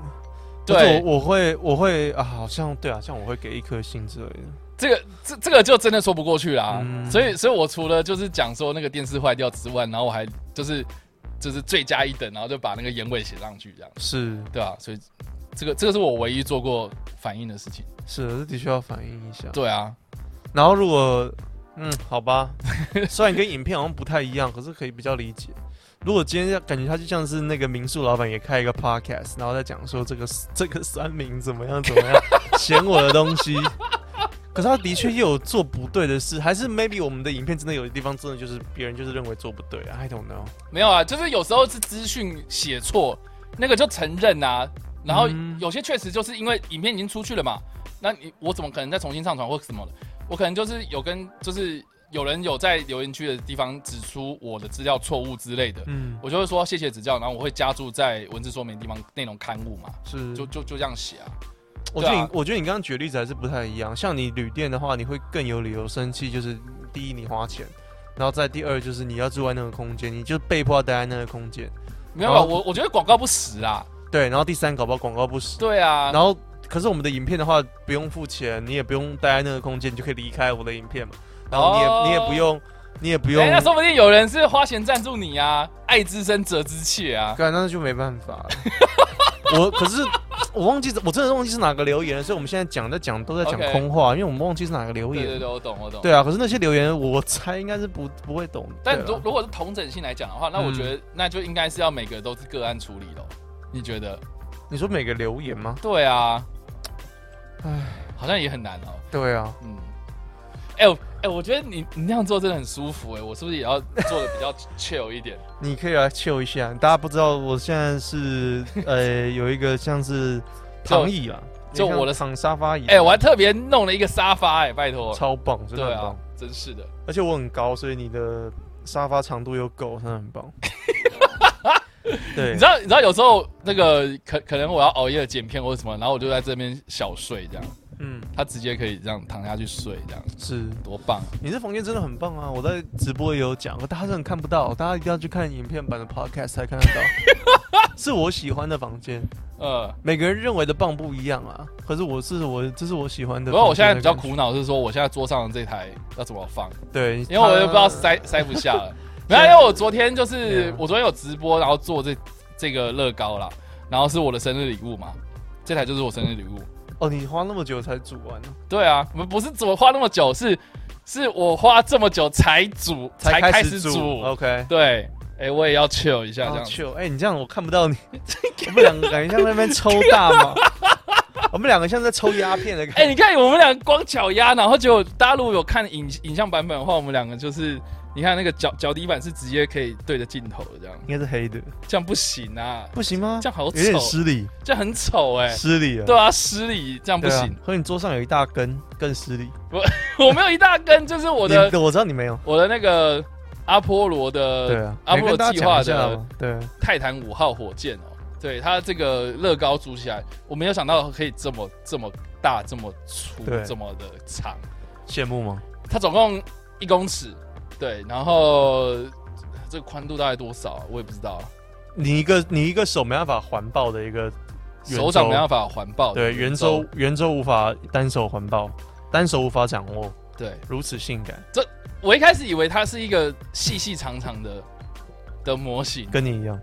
D: 对
E: 啊我我会我会啊，好像对啊，像我会给一颗星之类的。
D: 这个这这个就真的说不过去啦。
E: 嗯
D: 所以，所以我除了就是讲说那个电视坏掉之外，然后我还就是就是罪加一等，然后就把那个眼尾写上去，这样
E: 是
D: 对吧、所以这个这个是我唯一做过反应的事情。
E: 是，这的确要反映一下。
D: 对啊，
E: 然后如果嗯，好 (laughs) 吧，虽然跟影片好像不太一样，可是可以比较理解。如果今天感觉他就像是那个民宿老板也开一个 podcast，然后在讲说这个 (laughs) 这个酸民怎么样怎 (laughs) 么样，嫌我的东西。 (laughs) 可是他的确也有做不对的事，还是 maybe 我们的影片真的有的地方真的就是别人就是认为做不对，I don't know。
D: 没有啊，就是有时候是资讯写错，那个就承认啊。然后
E: 嗯
D: 有些确实就是因为影片已经出去了嘛，那你我怎么可能再重新上传或什么的？我可能就是有跟就是有人有在留言区的地方指出我的资料错误之类的，
E: 嗯，
D: 我就会说谢谢指教，然后我会加注在文字说明地方内容刊物嘛，
E: 是
D: 就就就这样写啊。
E: 我觉得你、
D: 对啊
E: 我觉得你刚刚举的例子还是不太一样。像你旅店的话，你会更有理由生气，就是第一你花钱，然后再第二就是你要住在那个空间，你就被迫要待在那个空间。
D: 没有，
E: 然
D: 啊，
E: 后
D: 我我觉得广告不实啊。
E: 对，然后第三搞不好广告不实。
D: 对啊，
E: 然后可是我们的影片的话，不用付钱，你也不用待在那个空间，你就可以离开我的影片嘛。然后你也、
D: 哦
E: 你也不用你也不用
D: 哎，，那说不定有人是花钱赞助你啊，爱之深责之切啊。
E: 干哎那就没办法
D: (laughs)
E: 了。我可是我忘记我真的忘记是哪个留言了，所以我们现在讲在讲都在讲
D: OK
E: 空话，因为我们忘记是哪个留言
D: 对对
E: 了。
D: 对，我懂我懂。
E: 对啊，可是那些留言，我猜应该是不不会懂。
D: 但
E: 对啊
D: 如如果是同整性来讲的话，那我
E: 嗯
D: 觉得那就应该是要每个都是个案处理咯。你觉得？
E: 你说每个留言吗？
D: 对啊，
E: 唉，
D: 好像也很难哦。
E: 对啊，
D: 嗯，哎、我哎、我觉得你你那样做真的很舒服哎、我是不是也要做的比较 (laughs) chill 一点？
E: 你可以来 chill 一下。大家不知道，我现在是 (laughs) 呃有一个像是
D: 就
E: 躺椅啊，
D: 就
E: 有点像
D: 我的
E: 躺沙发椅。啊
D: 哎、我还特别弄了一个沙发哎、拜托。
E: 超棒，真的
D: 对
E: 很
D: 啊
E: 棒。，
D: 真是的。
E: 而且我很高，所以你的沙发长度又够，真的很 (laughs) 棒。对
D: 你知，道，你知道有时候那个可可能我要熬夜剪片或者什么，然后我就在这边小睡这样，
E: 嗯，
D: 他直接可以这样躺下去睡这样，
E: 是。
D: 多棒啊！
E: 你这房间真的很棒啊！我在直播也有讲，大家真的看不到，大家一定要去看影片版的 podcast 才看得 (laughs) 到，是我喜欢的房间。
D: 呃，
E: 每个人认为的棒不一样啊，可是我是我，这是我喜欢的。
D: 不过我现在比较，苦恼是说，我现在桌上的这台要怎么放？
E: 对，
D: 因为我
E: 也
D: 也不知道塞塞不下
E: (laughs)
D: 了。没有，因为我昨天就是
E: 呃 Yeah
D: 我昨天有直播，然后做这这个乐高啦，然后是我的生日礼物嘛，这台就是我生日礼物。
E: 哦，你花那么久才煮完呢、
D: 对啊，我们不是怎么花那么久，是是我花这么久才煮开始
E: 煮。OK，哦
D: 对，哎、我也要 chill 一下这
E: 好
D: 样子。
E: 糗。哎、你这样我看不
D: (laughs)
E: 到你，我们两个感觉像在那边抽大麻，我们两个像在抽鸦片的感觉。
D: 哎、你看我们俩光脚丫，然后结果大家如果有看影影像版本的话，我们两个就是你看那个脚脚底板是直接可以对着镜头的这样，
E: 应该是黑的，
D: 这样不行啊，
E: 不行吗？
D: 这样好
E: 有
D: 丑，
E: 点失礼，
D: 这样很丑哎、
E: 失礼了。
D: 对啊，失礼这样不
E: 对啊
D: 行。
E: 可你桌上有一大根，更失礼。
D: 我没有一大根，就是我
E: 我
D: 的
E: 我知道你没有。
D: 我的那个阿波罗
E: 对
D: 的
E: 啊，
D: 呃阿
E: 你
D: 波
E: 跟大
D: 罗
E: 家
D: 计
E: 讲
D: 划
E: 一下
D: 的
E: 嘛。对，
D: 泰坦五号火箭哦，对它这个乐高组起来，我没有想到可以这么这么大、这么粗
E: 对、
D: 这么的长。
E: 羡慕吗？
D: 它总共一公尺，对，然后这个宽度大概多少啊、我也不知道啊，
E: 你一个你一个手没办法环抱的一个圆
D: 手掌
E: 周
D: 没办法环抱。
E: 对，圆周圆周无法单手环抱，单手无法掌握，
D: 对
E: 如此性感，
D: 我一开始以为它是一个细细长长的的模型，
E: 跟你一
D: (laughs)
E: 样。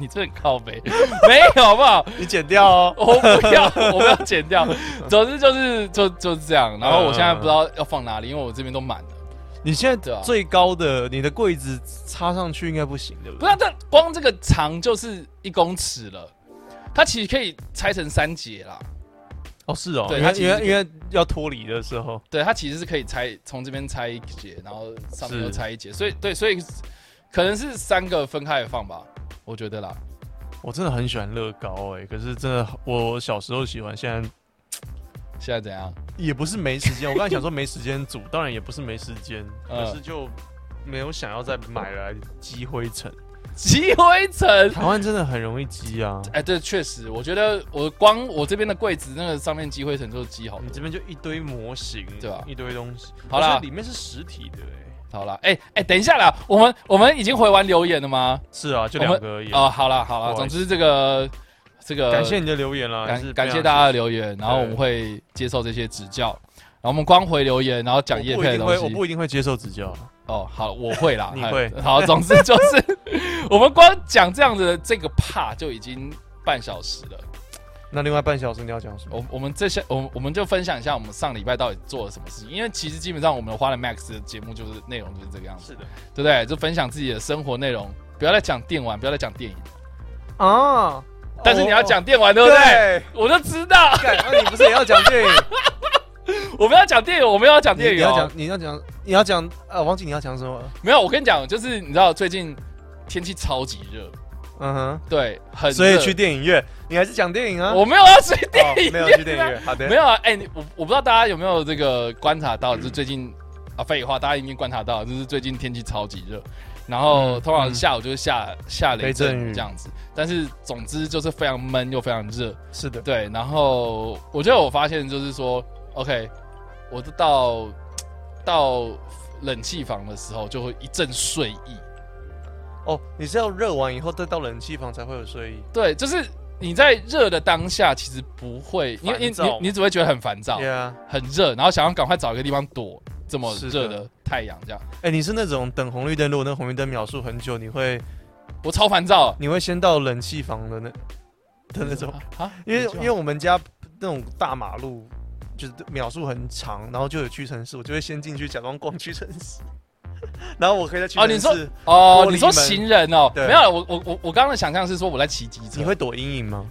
D: 你这很靠北， (laughs) 没有好不好？
E: 你剪掉
D: (laughs)
E: 哦。
D: 我不要，我不要剪掉。总之就是就就是这样。然后我现在不知道要放哪里，因为我这边都满了。
E: 你现
D: 对啊
E: 在最高的你的柜子插上去应该不行，对不
D: 不
E: 对？
D: 是啊，但光这个长就是一公尺了，它其实可以拆成三节啦。
E: 哦，是哦，
D: 对
E: 因
D: 它
E: 为
D: 其实
E: 因
D: 是
E: 为因为要脱离的时候，
D: 对，它其实是可以拆，从这边拆一节，然后上面
E: 是
D: 又拆一节，所以对，所以可能是三个分开放吧，我觉得啦。
E: 我真的很喜欢乐高哎、可是真的我小时候喜欢，现在
D: 现在怎样？
E: 也不是没时间。我刚才想说没时间煮，当然也不是没时间，
D: (laughs) 嗯
E: 可是就没有想要再买来积灰
D: (laughs)
E: 尘。
D: 积灰尘。
E: 台湾真的很容易积啊，
D: 哎，对，确实，我觉得我光我这边的柜子那个上面积灰尘就积好
E: 你
D: 多。
E: 这边就一堆模型，
D: 对啊
E: 一堆东西。
D: 好啦
E: 哦所以里面是实体的哎、
D: 好啦，哎哎，等一下啦，我们我们已经回完留言了吗？
E: 是啊，就
D: 我们
E: 两个而已。
D: 哦，好了好
E: 不好
D: 了，
E: 意思
D: 总之这个这个
E: 感谢你的留言啦，还
D: 感
E: 啊是
D: 感
E: 非
D: 谢
E: 常
D: 大家的留言，然后
E: 对
D: 我们会接受这些指教，然后我们光回留言，然后讲叶
E: 我不
D: 配的
E: 一定
D: 东
E: 会，
D: 西。
E: 我不一定会接受指教。
D: 哦，好，我会啦，
E: (laughs) 你会
D: 哎好，总之就是 (laughs) 我们光讲这样子的这个怕就已经半小时了。
E: 那另外半小时你要讲什么？
D: 我我们这些，我们我们就分享一下我们上礼拜到底做了什么事情，因为其实基本上我们花了 Max 的节目就是内容就是这个样子，
E: 是的
D: 对不对？就分享自己的生活内容，不要再讲电玩，不要再讲电影，
E: 啊，
D: 哦但是你要讲电玩，对
E: 哦
D: 不对？？我就知道， (laughs)
E: 干，那你不是也要讲电影？
D: 我们要讲电影，我们要讲
E: 你
D: 电
E: 你
D: 影、哦
E: 要讲，你要讲，你要讲啊！忘记你要讲什么了？
D: 没有，我跟你讲，就是你知道最近天气超级热，
E: 嗯
D: 对，很
E: 哼，所以
D: 热
E: 去电影院，你还是讲电影啊？
D: 呃我没有要去电
E: 哦
D: 影院、
E: 没有去电影院，好的，
D: 没有啊，哎、你我我不知道大家有没有这个观察到，就是最近啊，废话，大家已经观察到，就是最近天气超级热，然后
E: 嗯
D: 通常
E: 嗯
D: 下午就是下、下雷
E: 雷阵
D: 阵雨
E: 雨
D: 这样子，但是总之就是非常闷又非常热，
E: 是的，
D: 对。然后我觉得我发现就是说，OK，我都到到冷气房的时候就会一阵睡意，
E: 哦，你是要热完以后再到冷气房才会有睡意
D: 对，就是你在热的当下其实不会，因为你
E: 烦躁
D: 你你只会觉得很烦躁。
E: ，Yeah。
D: 很热，然后想要赶快找一个地方躲这么
E: 是的
D: 热的太阳，这样
E: 哎，你是那种等红绿灯，如果那红绿灯秒数很久，你会
D: 我超烦躁。
E: 你会先到冷气房的那的那种，
D: 啊，
E: 因为
D: 你知道
E: 因为我们家那种大马路。就是秒数很长，然后就有屈臣氏，我就会先进去假装逛屈臣氏， (laughs) 然后我可以再去
D: 哦
E: 臣氏。
D: 你说哦
E: 玻，璃
D: 你说
E: 门
D: 行人哦，
E: 对
D: 没有，我我我我刚刚的想象是说我在骑机车，
E: 你会躲阴影吗？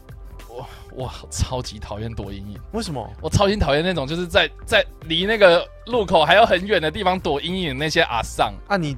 D: 我超级讨厌躲阴影，
E: 为什么？
D: 我超级讨厌那种就是在在离那个路口还有很远的地方躲阴影的那些阿丧，
E: 啊你，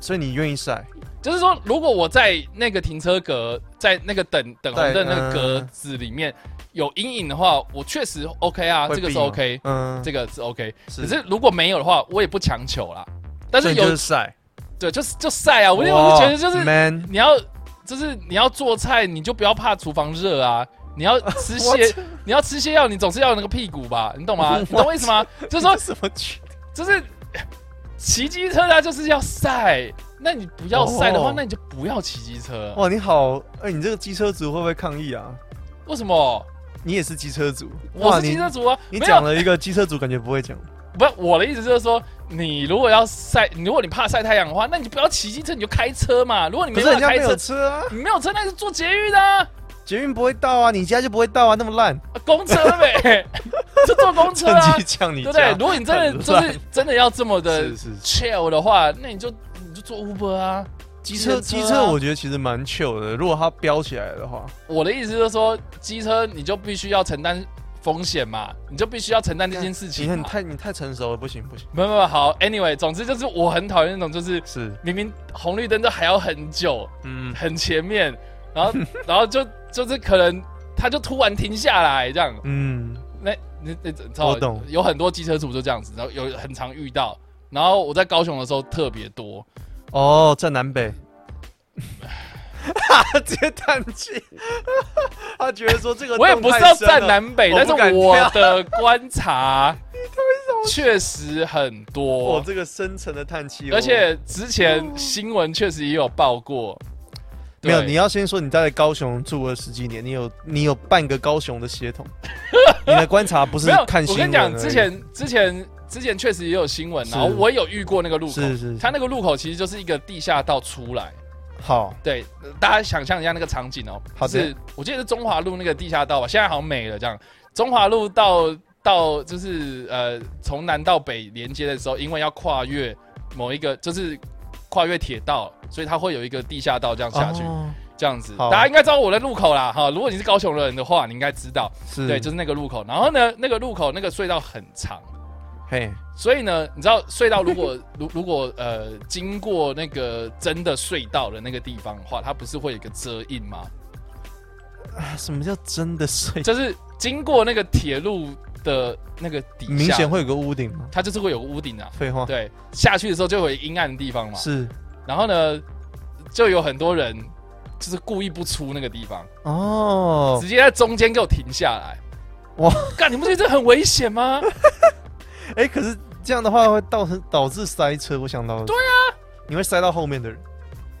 E: 所以你愿意晒？
D: 就是说如果我在那个停车格，在那个等等红灯的那个
E: 对嗯
D: 格子里面有阴影的话，我确实 OK 啊，
E: 会
D: 这个
E: 避
D: 是
E: 吗
D: OK，
E: 嗯，
D: 这个是 OK，
E: 是
D: 可是如果没有的话，我也不强求啦。但
E: 所
D: 是
E: 以就
D: 有
E: 是晒，
D: 对，就是就晒啊！我就我就觉得就是
E: 哇 man，
D: 你要就是你要做菜，你就不要怕厨房热啊。你
E: (laughs)
D: 要吃蟹，你要吃蟹药，你总是要有那个屁股吧？你懂
E: (laughs)
D: 吗？你懂我意思吗？就是说
E: 这，什么去？
D: 就是 (laughs) 骑机车它就是要晒。那你不要晒的话
E: 哦
D: 那你就不要骑机车啊。
E: 哇，你好，哎、你这个机车族会不会抗议啊？
D: 为什么？
E: 你也是机车族，
D: 我
E: 哇
D: 是机车族啊，
E: 你
D: 没
E: 你讲
D: 有。
E: 了一个机车族感觉不会讲，
D: 不，我的意思就是说，你如果要晒，你如果你怕晒太阳的话，那你就不要骑机车，你就开车嘛。如果你
E: 可
D: 没
E: 是
D: 办
E: 人
D: 法开
E: 家没
D: 车
E: 有，车啊，
D: 你没有车，那是坐捷运的、啊，
E: 捷运不会到啊，你家就不会到啊，那么烂，
D: 公车
E: (laughs)
D: 呗，就坐公车
E: 趁
D: 啊，
E: 机呛你
D: 对不
E: 家，
D: 对？如果你真的
E: 很
D: 就
E: 乱
D: 是真的要这么的
E: 是是
D: chill 的话，那你就你就坐 Uber 啊。
E: 机车
D: 机
E: 机
D: 车啊
E: 车，我觉得其实蛮 chill 的，如果它飙起来的话，
D: 我的意思就是说，机车你就必须要承担风险嘛，你就必须要承担这件事
E: 你
D: 情
E: 看你
D: 嘛。
E: 太你太成熟了，不行不行，
D: 没有没有好，anyway，总之就是我很讨厌那种就是
E: 是，
D: 明明红绿灯都还要很久，
E: 嗯，
D: 很前面，
E: (laughs)
D: 然后然后就就是可能他就突然停下来这样，
E: 嗯，
D: 那那那知道
E: 我懂
D: 有很多机车族就这样子，然后有很常遇到，然后我在高雄的时候特别多，
E: 哦，在南北， (laughs) 哈哈，直接叹气， (laughs) 他觉得说这个
D: 我也不是要
E: 啊
D: 站南北，
E: 我
D: 但
E: 不
D: 是
E: 敢
D: 我
E: 跳
D: 的观
E: (laughs)
D: 察确实很
E: 我
D: 多，
E: 这个深层的叹气，
D: 而且之前新闻确实也有报过，
E: 没有，
D: 对
E: 你要先说你在高雄住了十几年，你有你有半个高雄的
D: (laughs)
E: 血统，你的观察不是
D: 没有，
E: 看
D: 我
E: 新
D: 跟
E: 闻
D: 你
E: 而
D: 讲，
E: 已，
D: 之前之前之前确实也有新闻，
E: 是
D: 然后我也有遇过那个路口，
E: 是是
D: 它那个路口其实就是一个地下道出来。
E: 好
D: 对，呃大家想象一下那个场景哦、
E: 好的
D: 就是我记得是中华路那个地下道吧，现在好像没了这样。中华路到到就是呃，从南到北连接的时候，因为要跨越某一个，就是跨越铁道，所以它会有一个地下道这样下去，
E: 哦
D: 这样子。
E: 好
D: 大家应该知道我的路口啦，哈，如果你是高雄人的话，你应该知道，
E: 是
D: 对，就是那个路口。然后呢，那个路口那个隧道很长，
E: 嘿
D: 所以呢，你知道隧道如果如如果呃经过那个真的隧道的那个地方的话，它不是会有一个遮印吗？
E: 啊什么叫真
D: (laughs)
E: 的睡？
D: 就是经过那个铁路的那个底下，
E: 明显会有个屋顶吗？
D: 它就是会有个屋顶啊。
E: 废话，
D: 对，下去的时候就会有阴暗的地方嘛。
E: 是
D: 然后呢，就有很多人就是故意不出那个地方，
E: 哦
D: 直，接在中间给我停下来。
E: 哇，
D: 干，你不觉得这很危险吗？
E: 哎、可是这样的话会导导致塞车，我想到对啊，你会塞到后面的人，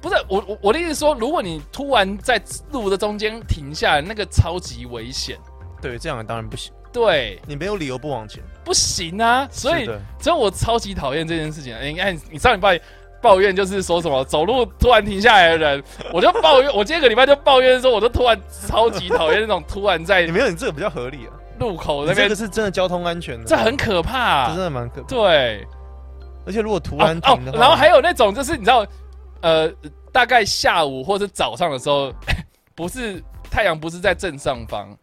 D: 不是我我我的意思是说，如果你突然在路的中间停下来，那个超级危险。
E: 对，这样当然不行，
D: 对，
E: 你没有理由不往前。
D: 不行啊！所以
E: 是，的
D: 所以我超级讨厌这件事情。哎，你看，你上礼拜抱怨就是说什么走路突然停下来的人，我就抱怨。我这个礼拜就抱怨说，我就突然超级讨厌那种突然在
E: 你没有，你这个比较合理啊。
D: 路口
E: 你
D: 那
E: 这
D: 边
E: 个，是真的交通安全的，
D: 这很可怕、啊
E: 这真的蛮可。
D: 对，
E: 而且如果突
D: 哦
E: 然
D: 哦
E: 停的，话，
D: 然后还有那种就是你知道，呃，大概下午或者早上的时候， (laughs) 不是太阳不是在正上方，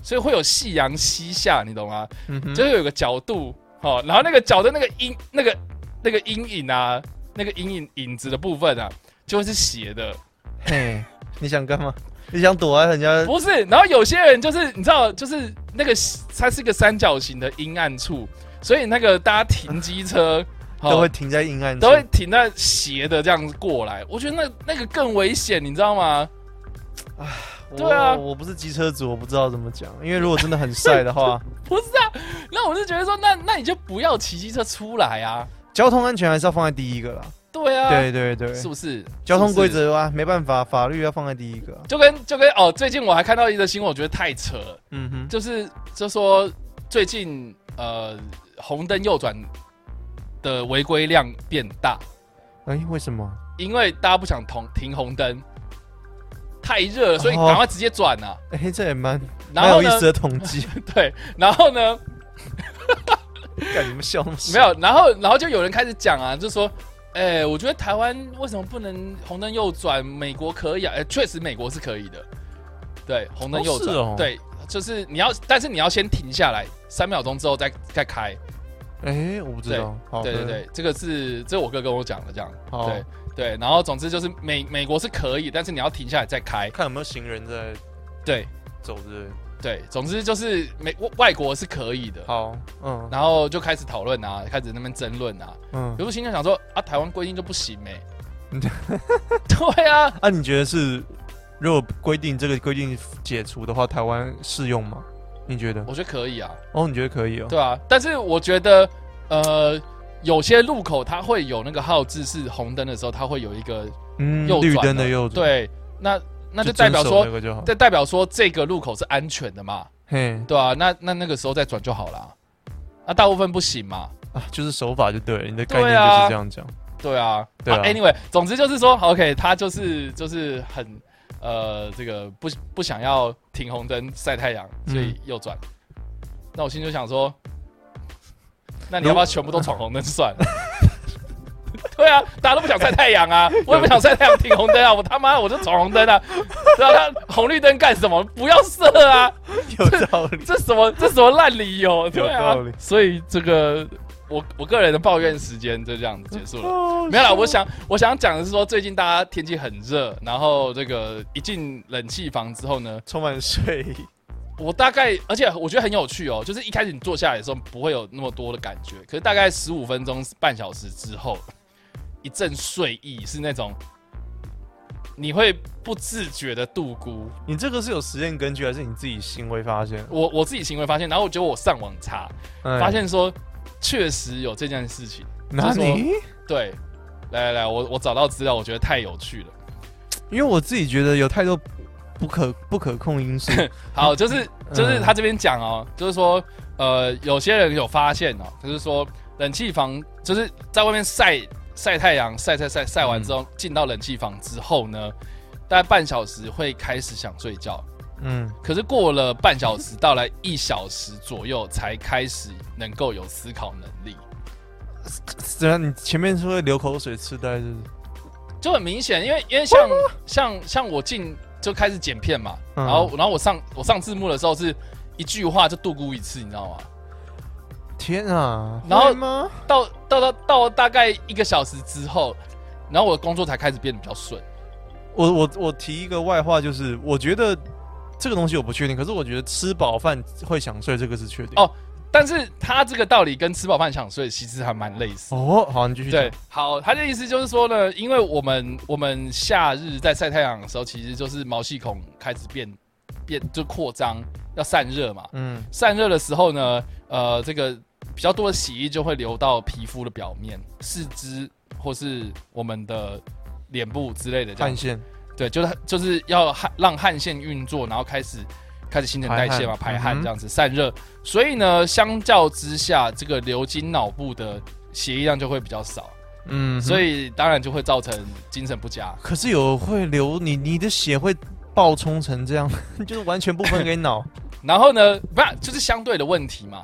D: 所以会有夕阳西下，你懂吗？
E: 嗯哼
D: 就是有个角度，哦，然后那个角的那个阴那个那个阴影啊，那个阴影影子的部分啊，就会是斜的，
E: 嘿，你想干嘛？你想躲啊在人家？
D: 不是。然后有些人就是你知道，就是那个它是一个三角形的阴暗处，所以那个大家停机车。哦
E: 都会停在阴暗处，
D: 都会停在斜的这样子过来，我觉得那那个更危险，你知道吗？
E: 我
D: 对啊
E: 我不是机车主，我不知道怎么讲。因为如果真的很晒的
D: (laughs)
E: 话，
D: 不是啊，那我就觉得说，那那你就不要骑机车出来啊，
E: 交通安全还是要放在第一个啦。
D: 对啊，
E: 对对对，
D: 是不是？
E: 交通规
D: 是
E: 则啊，没办法，法律要放在第一个啊。
D: 不是就跟就跟哦，最近我还看到一则新闻，我觉得太扯了，
E: 嗯哼，
D: 就是就说最近呃红灯右转的违规量变大，
E: 哎，为什么？
D: 因为大家不想同停红灯，太热了，所以
E: 哦
D: 赶快直接转
E: (laughs)
D: 啊。
E: 哎，这也蛮
D: 然
E: 蛮有
D: 后
E: 意
D: 呢
E: 思，的统计。
D: (laughs) 对，然后呢，
E: 干你们笑那么
D: (laughs) 没有，然后然后就有人开始讲啊，就说，哎、我觉得台湾为什么不能红灯右转？美国可以啊，哎、确实美国是可以的，对，红灯右转，
E: 哦是哦
D: 对，就是你要，但是你要先停下来三秒钟之后再再开，
E: 哎，我不知道。好
D: 对对，对，这个是这我哥跟我讲的，这样，
E: 好，
D: 对对，然后总之就是美美国是可以，但是你要停下来再开，
E: 看有没有行人在
D: 对
E: 走之类的。
D: 对，总之就是美外国是可以的。
E: 好，嗯
D: 然后就开始讨论啊，开始那边争论啊。
E: 嗯
D: 有时候心里想说啊，台湾规定就不行
E: (laughs)
D: 没、 (laughs) 对啊，
E: 啊，你觉得是如果规定这个规定解除的话，台湾适用吗？你觉得？
D: 我觉得可以啊，
E: 哦，你觉得可以哦？
D: 对啊。但是我觉得，呃，有些路口它会有那个号志是红灯的时候，它会有一个
E: 嗯
D: 右转、啊
E: 绿灯的右转，，
D: 对，那那就
E: 就
D: 代表
E: 遵守
D: 说
E: 那，个就好。
D: 这代表说这个路口是安全的嘛，
E: 嘿
D: 对啊。那那那个时候再转就好啦。那、大部分不行嘛，
E: 啊，就是手法就对了，你的概
D: 对
E: 念
D: 啊
E: 就是这样讲。
D: 对啊。
E: 对啊
D: a n y w a y 总之就是说，OK，他就是就是很呃，这个不不想要停红灯晒太阳，
E: 嗯
D: 所以右转。那我心里就想
E: (laughs)
D: 说，那你要不要全部都闯红灯算了？ (laughs) 对啊，大家都不想晒太阳
E: (laughs)
D: 啊，我也不想晒太阳，停红灯啊，我他妈我就闯红灯啊，对啊，他红绿灯干什么？不要射啊！
E: 有道理。
D: 这什么这什么烂理由？对啊
E: 道理，
D: 所以这个我我个人的抱怨时间就这样子结束了。 (laughs) (laughs) 没有啦，我
E: (laughs)
D: 想我想讲的是说，最近大家天气很热，然后这个一进冷气房之后呢，
E: 充满睡意。
D: 我大概而且我觉得很有趣哦，就是一开始你坐下来的时候不会有那么多的感觉，可是大概十五分钟半小时之后，一阵睡意是那种你会不自觉的度孤。
E: 你这个是有实验根据，还是你自己行为发现？
D: 我我自己行为发现，然后我觉得我上网查，
E: 哎
D: 发现说确实有这件事情。
E: 哪
D: 就是说
E: 里？
D: 对，来来来，我我找到资料，我觉得太有趣了。
E: 因为我自己觉得有太多不可不可控因
D: (laughs)
E: 素。
D: 好，就是就是
E: 嗯
D: 他这边讲哦，就是说，呃，有些人有发现哦，就是说冷气房就是在外面晒晒太阳，晒晒晒晒完之后，进到冷气房之后呢，大概半小时会开始想睡觉，
E: 嗯，
D: 可是过了半小时，到了一小时左右才开始能够有思考能力，
E: 怎样？你前面是会流口水、痴呆，是不是？
D: 就很明显，因为因为像像像我进就开始剪片嘛，
E: 嗯
D: 然后然后我上我上字幕的时候是一句话就度孤一次，你知道吗？
E: 天啊！
D: 然后
E: 会吗？
D: 到到到到大概一个小时之后，然后我的工作才开始变得比较顺。
E: 我我我提一个外话，就是我觉得这个东西我不确定，可是我觉得吃饱饭会想睡，这个是确定。
D: 哦但是他这个道理跟吃饱饭想睡其实还蛮类似。
E: 哦，好，你继续。
D: 对，，好，他的意思就是说呢，因为我们我们夏日在晒太阳的时候，其实就是毛细孔开始变变就扩张，要散热嘛。
E: 嗯
D: 散热的时候呢，呃，这个比较多的血液就会流到皮肤的表面、四肢或是我们的脸部之类的这样
E: 汗。腺，
D: 对，就是就是要汗让汗腺运作，然后开始开始新陈代谢嘛，
E: 排汗
D: 排汗
E: 嗯哼
D: 这样子散热。所以呢，相较之下，这个流经脑部的血液量就会比较少，
E: 嗯，
D: 所
E: 以
D: 以当然就会造成精神不佳。
E: 可是有会流你你的血会爆冲成这样， (laughs) 就是完全不分
D: (laughs)
E: 给脑，
D: 然后呢，不然就是相对的问题嘛。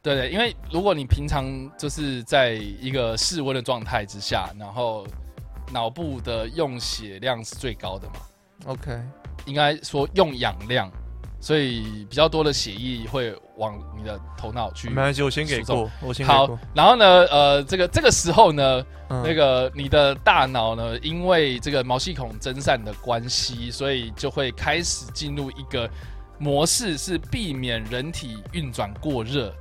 D: 对对，因为如果你平常就是在一个室温的状态之下，然后脑部的用血量是最高的嘛，
E: OK，
D: 嗯应该说用氧量，所以比较多的血液会往你的头脑去
E: 没。关系，我先给过，我先给
D: 好
E: 过。，
D: 然后呢，呃，这个这个时候呢，
E: 嗯
D: 那个你的大脑呢，因为这个毛细孔蒸散的关系，所以就会开始进入一个模式，是避免人体运转过热，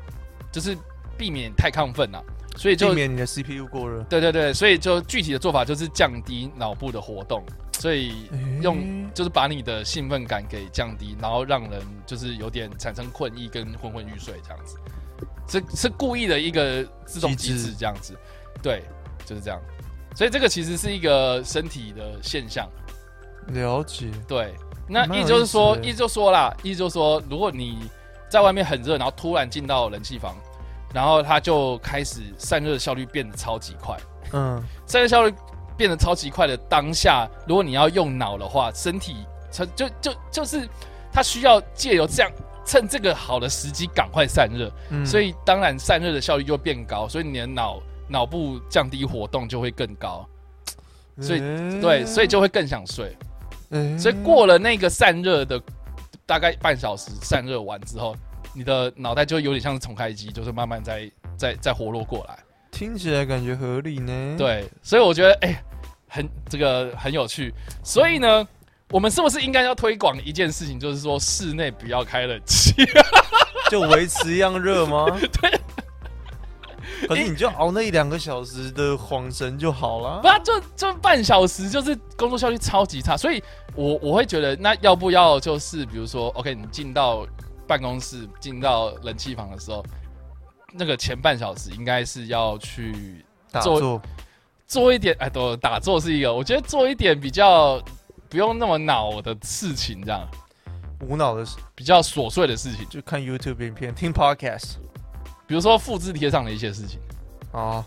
D: 就是避免太亢奋了、啊所以就
E: 避免你的 CPU 过热，
D: 对对对，所以就具体的做法就是降低脑部的活动，所以用就是把你的兴奋感给降低，然后让人就是有点产生困意跟昏昏欲睡这样子，是是故意的一个自动机
E: 机
D: 制
E: 制
D: 这样子，对，就是这样。所以这个其实是一个身体的现象，
E: 了解。
D: 对。那
E: 蛮有
D: 意就是说
E: 意，思的
D: 意就说啦，意就说，如果你在外面很热，然后突然进到冷气房，然后它就开始散热效率变得超级快。
E: 嗯，
D: 散热效率变得超级快的当下，如果你要用脑的话，身体它就就就是它需要借由这样趁这个好的时机赶快散热，
E: 嗯
D: 所以当然散热的效率就变高，所以你的脑脑部降低活动就会更高，所以
E: 嗯
D: 对，所以就会更想睡。
E: 以
D: 所以过了那个散热的大概半小时，散热完之后，你的脑袋就有点像是重开机，就是慢慢在在在活络过来。
E: 听起来感觉合理呢。，
D: 对，所以我觉得哎、很这个很有趣。所以呢，我们是不是应该要推广一件事情，就是说室内不要开冷气？
E: 就维持一样
D: (laughs)
E: 热吗？对。 (laughs) 可是你就熬那一两个小时的晃神就好
D: 不
E: 了。
D: 然就就半小时，就是工作效率超级差。所以我我会觉得，那要不要就是比如说，OK，你进到办公室、进到冷气房的时候，那个前半小时应该是要去
E: 打
D: 做
E: 坐，
D: 做一点，哎，都打坐是一个，我觉得做一点比较不用那么恼的事情，这样
E: 无脑的
D: 比较琐碎的事情。
E: 就看 YouTube 影片，听 Podcast
D: 比如说复制贴上的一些事情， (laughs)
E: 啊。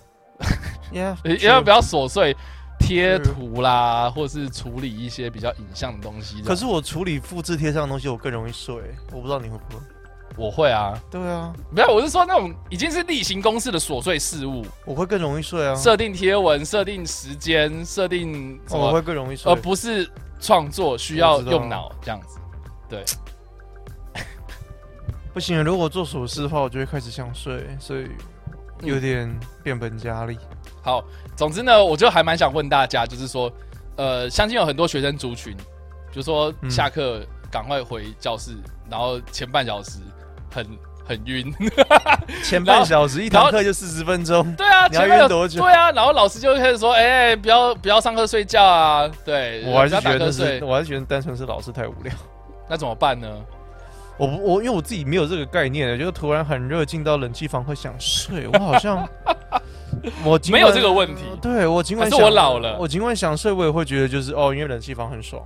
E: Yeah，
D: 也也要比较琐碎，贴图啦，或是处理一些比较影像的东西这样。
E: 可是我处理复制贴上的东西，我更容易睡。我不知道你会不会。
D: 我会啊，
E: 对啊，
D: 没有，我是说那种已经是例行公事的琐碎事物，
E: 我会更容易睡啊。
D: 设定贴文、设定时间、设定什
E: 哦我
D: 么，
E: 会更容易睡
D: 而。不是创作需要
E: 我知道
D: 用脑这样子。
E: 不行，如果做琐事的话，我就会开始想睡，所以有点变本加厉。
D: 好，总之呢，我就还蛮想问大家，就是说，呃，相信有很多学生族群，比如说
E: 嗯
D: 下课赶快回教室，然后前半小时很很晕。
E: 前半小时一堂课就四十分钟，
D: 对啊，
E: 你要
D: 前面有
E: 晕多久
D: 对啊，然后老师就会开始说：“哎、不要不要上课睡觉啊！”对，
E: 我还是
D: 不要打
E: 觉得
D: 瞌
E: 是，
D: 睡，
E: 我还是觉得单纯是老师太无聊。
D: 那怎么办呢？
E: 我不，我因为我自己没有这个概念，就突然很热进到冷气房会想睡，我好
D: (laughs)
E: 像我尽
D: 没
E: 管
D: 有这个问题，
E: 对我尽管
D: 还是
E: 想
D: 我老了
E: 我尽管想睡，我也会觉得就是哦，因为冷气房
D: (laughs)
E: 很爽，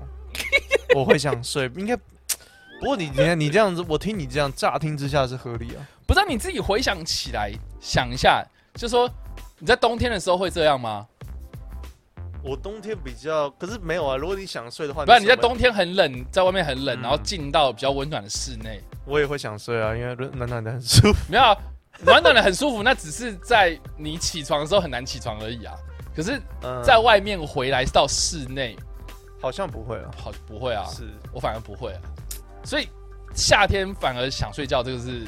E: 我会想睡。应该，不过你你看你这样子，我听你这样乍听之下是合理啊。
D: 不知道你自己回想起来想一下，就说你在冬天的时候会这样吗？
E: 我冬天比较，可是没有啊。如果你想睡的话，
D: 不然你在
E: 什么
D: 冬天很冷，在外面很冷，
E: 嗯
D: 然后进到比较温暖的室内，
E: 我也会想睡啊，因为暖暖的很 (laughs) 舒服。
D: 没有啊、暖暖的很舒服，那只是在你起床的时候很难起床而已啊。可是，
E: 嗯，
D: 在外面回来到室内，
E: 好像不会啊，
D: 好不会啊，
E: 是
D: 我反而不会啊。所以夏天反而想睡觉，这个是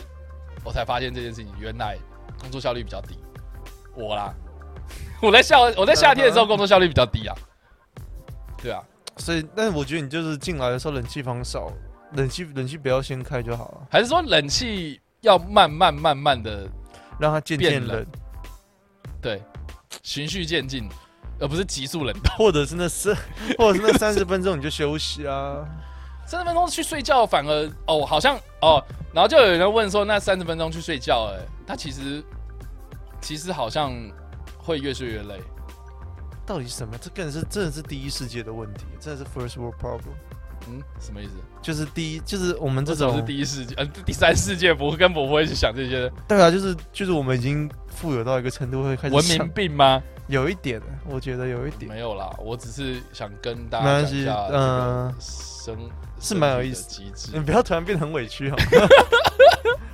D: 我才发现这件事情，原来工作效率比较低。我啦， (laughs) 我在夏我在夏天的时候
E: 嗯哼
D: 工作效率比较低啊。对啊，
E: 所以，但是我觉得你就是进来的时候冷气房少，冷气冷气不要先开就好了，
D: 还是说冷气要慢慢慢慢的
E: 让它渐渐
D: 变冷 (laughs)
E: 冷，
D: 对循序渐进，而不是急速冷冻。
E: 或者是那三， (laughs) 或者是那三十分钟你就休息啊。
D: 三十分钟去睡觉反而哦，好像哦，然后就有人问说，那三十分钟去睡觉、欸哎，他其实其实好像会越睡越累。
E: 到底是什么？这更是真的是第一世界的问题，真的是 first world problem，
D: 嗯，什么意思？
E: 就是第一，就是我们这
D: 这种
E: 种
D: 是第一世界，呃，第三世界不跟不会去想这些
E: 对啊，就是就是我们已经富有到一个程度，会开始
D: 文
E: 想
D: 明病吗？
E: 有一点，我觉得有一点
D: 没有啦，我只是想跟大家
E: 没
D: 讲
E: 关
D: 一
E: 系，
D: 下这个
E: 嗯，
D: 生
E: 是蛮有意思
D: 生理的机
E: 你
D: 制。
E: 不要突然变得很委屈
D: (laughs)
E: 好吗？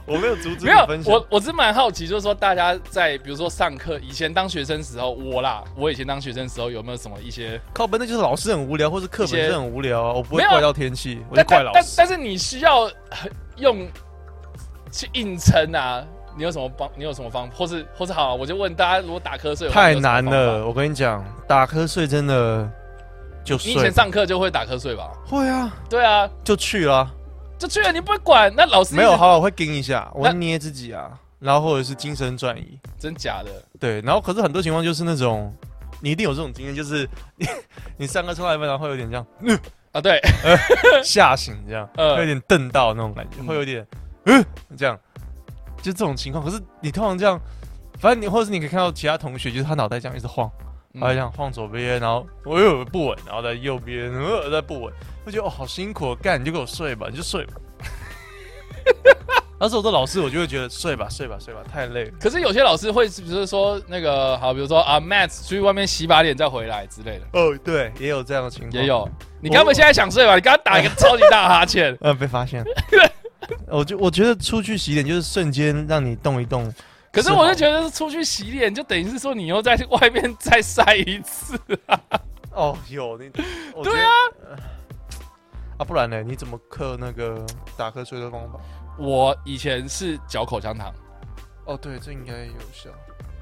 E: 我没有阻止
D: 没
E: 你
D: 有
E: 分，享，
D: 我我只蛮好奇，就是说大家在比如说上课，以前当学生时候，我啦，我以前当学生时候有没有什么一些？
E: 靠背那就是老师很无聊，或是课本是很无聊啊，我不
D: 没
E: 会
D: 有
E: 怪到天气，我就
D: 但
E: 怪
D: 但
E: 老
D: 但
E: 师。
D: 但是你需要呃用去硬撑啊，你有什么帮？你有什么方？或是或是好啊，我就问大家，如果打瞌睡的话
E: 太
D: 你有什么
E: 难
D: 方法
E: 了，我跟你讲，打瞌睡真的就
D: 你
E: 睡
D: 以
E: 吧，
D: 前上课就会打瞌睡吧？
E: 会啊，
D: 对啊，
E: 就去啦。
D: 就去了你不会管，那老师
E: 没有，
D: 一直
E: 好，我会盯一下，我会
D: 那
E: 捏自己啊，然后或者是精神转移。
D: 真假的？
E: 对，然后可是很多情况就是那种，你一定有这种经验，就是 (laughs) 你你上课上到一半，然后会有点这样
D: 啊，
E: (laughs)
D: 对，
E: 吓醒，这样，
D: 嗯
E: 会有点瞪到那种感觉，
D: 嗯
E: 会有点嗯、这样，就这种情况。可是你通常这样，反正你或者是你可以看到其他同学，就是他脑袋这样一直晃，
D: 嗯
E: 然后这样晃左边，然后我又不稳，然后在右边呃在不稳，我觉得哦好辛苦哦，干你就给我睡吧，你就 (laughs) 睡吧。那时候我做老师，我就会觉得睡吧睡吧睡吧，太累了。
D: 可是有些老师会，比如说说那个好，比如说啊，Matt 出去外面洗把脸再回来之类的，
E: 哦，对，也有这样的情况，
D: 也有。你根本现在想睡吧？你刚刚打一个超级大哈
E: (laughs)，
D: 欠
E: 呃，被发现。我就我觉得出去洗脸就是瞬间让你动一动，
D: 可是
E: 是
D: 我
E: 吗
D: 就觉得是出去洗脸，就等于是说你又在外面再晒一
E: (laughs)
D: 次。
E: 哦，有你，我
D: 对
E: 啊，啊，不然呢？你怎么克那个打瞌睡的方法？
D: 我以前是嚼口香糖，
E: 哦，对，这应该有效。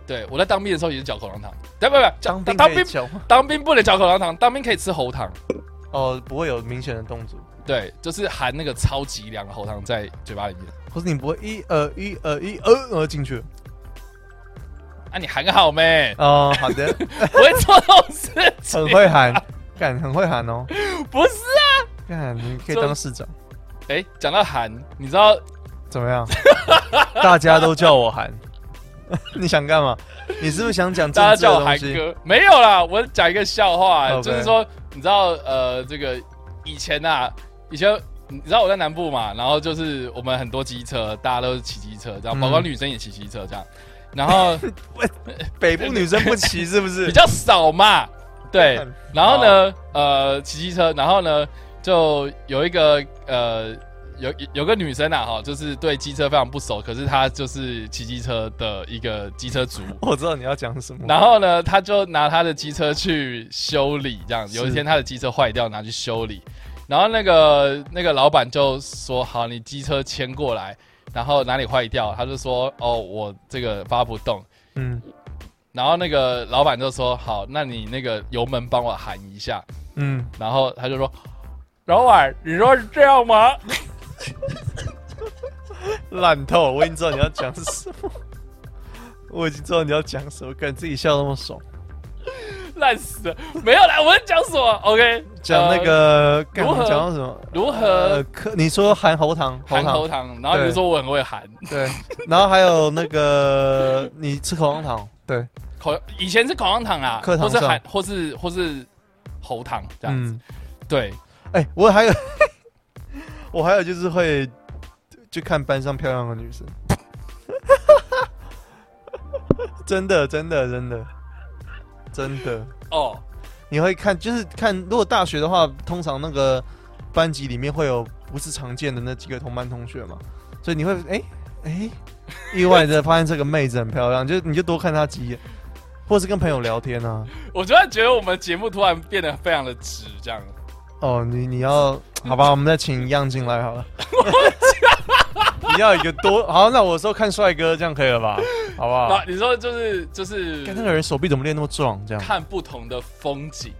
D: 对我在当兵的时候也是嚼口香糖，对不对？当
E: 当兵
D: 当
E: 可以
D: 兵
E: 教吗？
D: 当兵不能嚼口香糖，当兵可以吃喉糖，
E: 哦，不会有明显的动作，
D: 对，就是含那个超级凉的喉糖在嘴巴里面。
E: 或是你不会一呃一呃一呃呃进去。
D: 啊，你喊个好没？
E: 哦，好的，
D: 不会做这种事情，
E: (laughs) 很会喊，干很会喊哦，
D: 不是？
E: 干你可以
D: 这
E: 当市长，
D: 哎、讲到喊，你知道
E: 怎
D: (laughs)
E: 么样？大家都叫我喊， (laughs) 你想干嘛？你是不是想讲
D: 大家
E: 政治的
D: 叫我
E: 东
D: 韩
E: 西？
D: 哥没有啦？我讲一个笑话、
E: OK
D: 就是说，你知道呃，这个以前啊，以前你知道我在南部嘛，然后就是我们很多机车，大家都是骑机车，这样，
E: 嗯
D: 包括女生也骑机车这样，然后
E: 北部女生不骑是不
D: (laughs) 比
E: 是？
D: 较少嘛，对，然后呢，呃，骑机车，然后呢，就有一个呃，有有个女生啊，哈，就是对机车非常不熟，可是她就是骑机车的一个机车族。
E: 我知道你要讲什么。
D: 然后呢，她就拿她的机车去修理，这样。
E: 是
D: 有一天她的机车坏掉，拿去修理。然后那个那个老板就说：“好，你机车牵过来，然后哪里坏掉？”他就说：“哦，我这个发不动。”
E: 嗯
D: 然后那个老板就说：“好，那你那个油门帮我喊一下。”
E: 嗯，
D: 然后他就说：“老板，你说是这样吗
E: 烂透！我已经知道你要讲什么， (laughs) 我已经知道你要讲什么，感觉自己笑那么爽。？”
D: 烂死了，没有啦，我在讲什么？OK，
E: 讲那
D: 呃
E: 个，干
D: 如
E: 我
D: 何
E: 讲到什么？
D: 如
E: 呃
D: 何，
E: 可你说含喉糖，
D: 含喉
E: 糖，
D: 糖，然后你就说我很会含
E: 对， (laughs) 然后还有那个你吃口香糖，对，
D: 口，以前是口香糖啊，
E: 课堂
D: 或是
E: 上
D: 含，或是或是喉糖这样子。
E: 嗯，
D: 对，
E: 哎，我还有， (laughs) 我还有就是会去看班上漂亮的女生， (laughs) 真的，真的，真的，真的。
D: 哦，
E: 你会看，就是看，如果大学的话，通常那个班级里面会有不是常见的那几个同班同学嘛，所以你会哎哎、意外的发现这个妹子很漂亮，就你就多看她几眼，或是跟朋友聊天啊。
D: 我突然觉得我们节目突然变得非常的直，这样。
E: 哦，你你要好吧，我们再请一样进来好 (laughs) 了。你要一个多好，那我说看帅哥这样可以了吧？好不
D: 那
E: 好？
D: 你说就是就是
E: 啊看那个人手臂怎么练那么壮，这样。
D: 看不同的风景，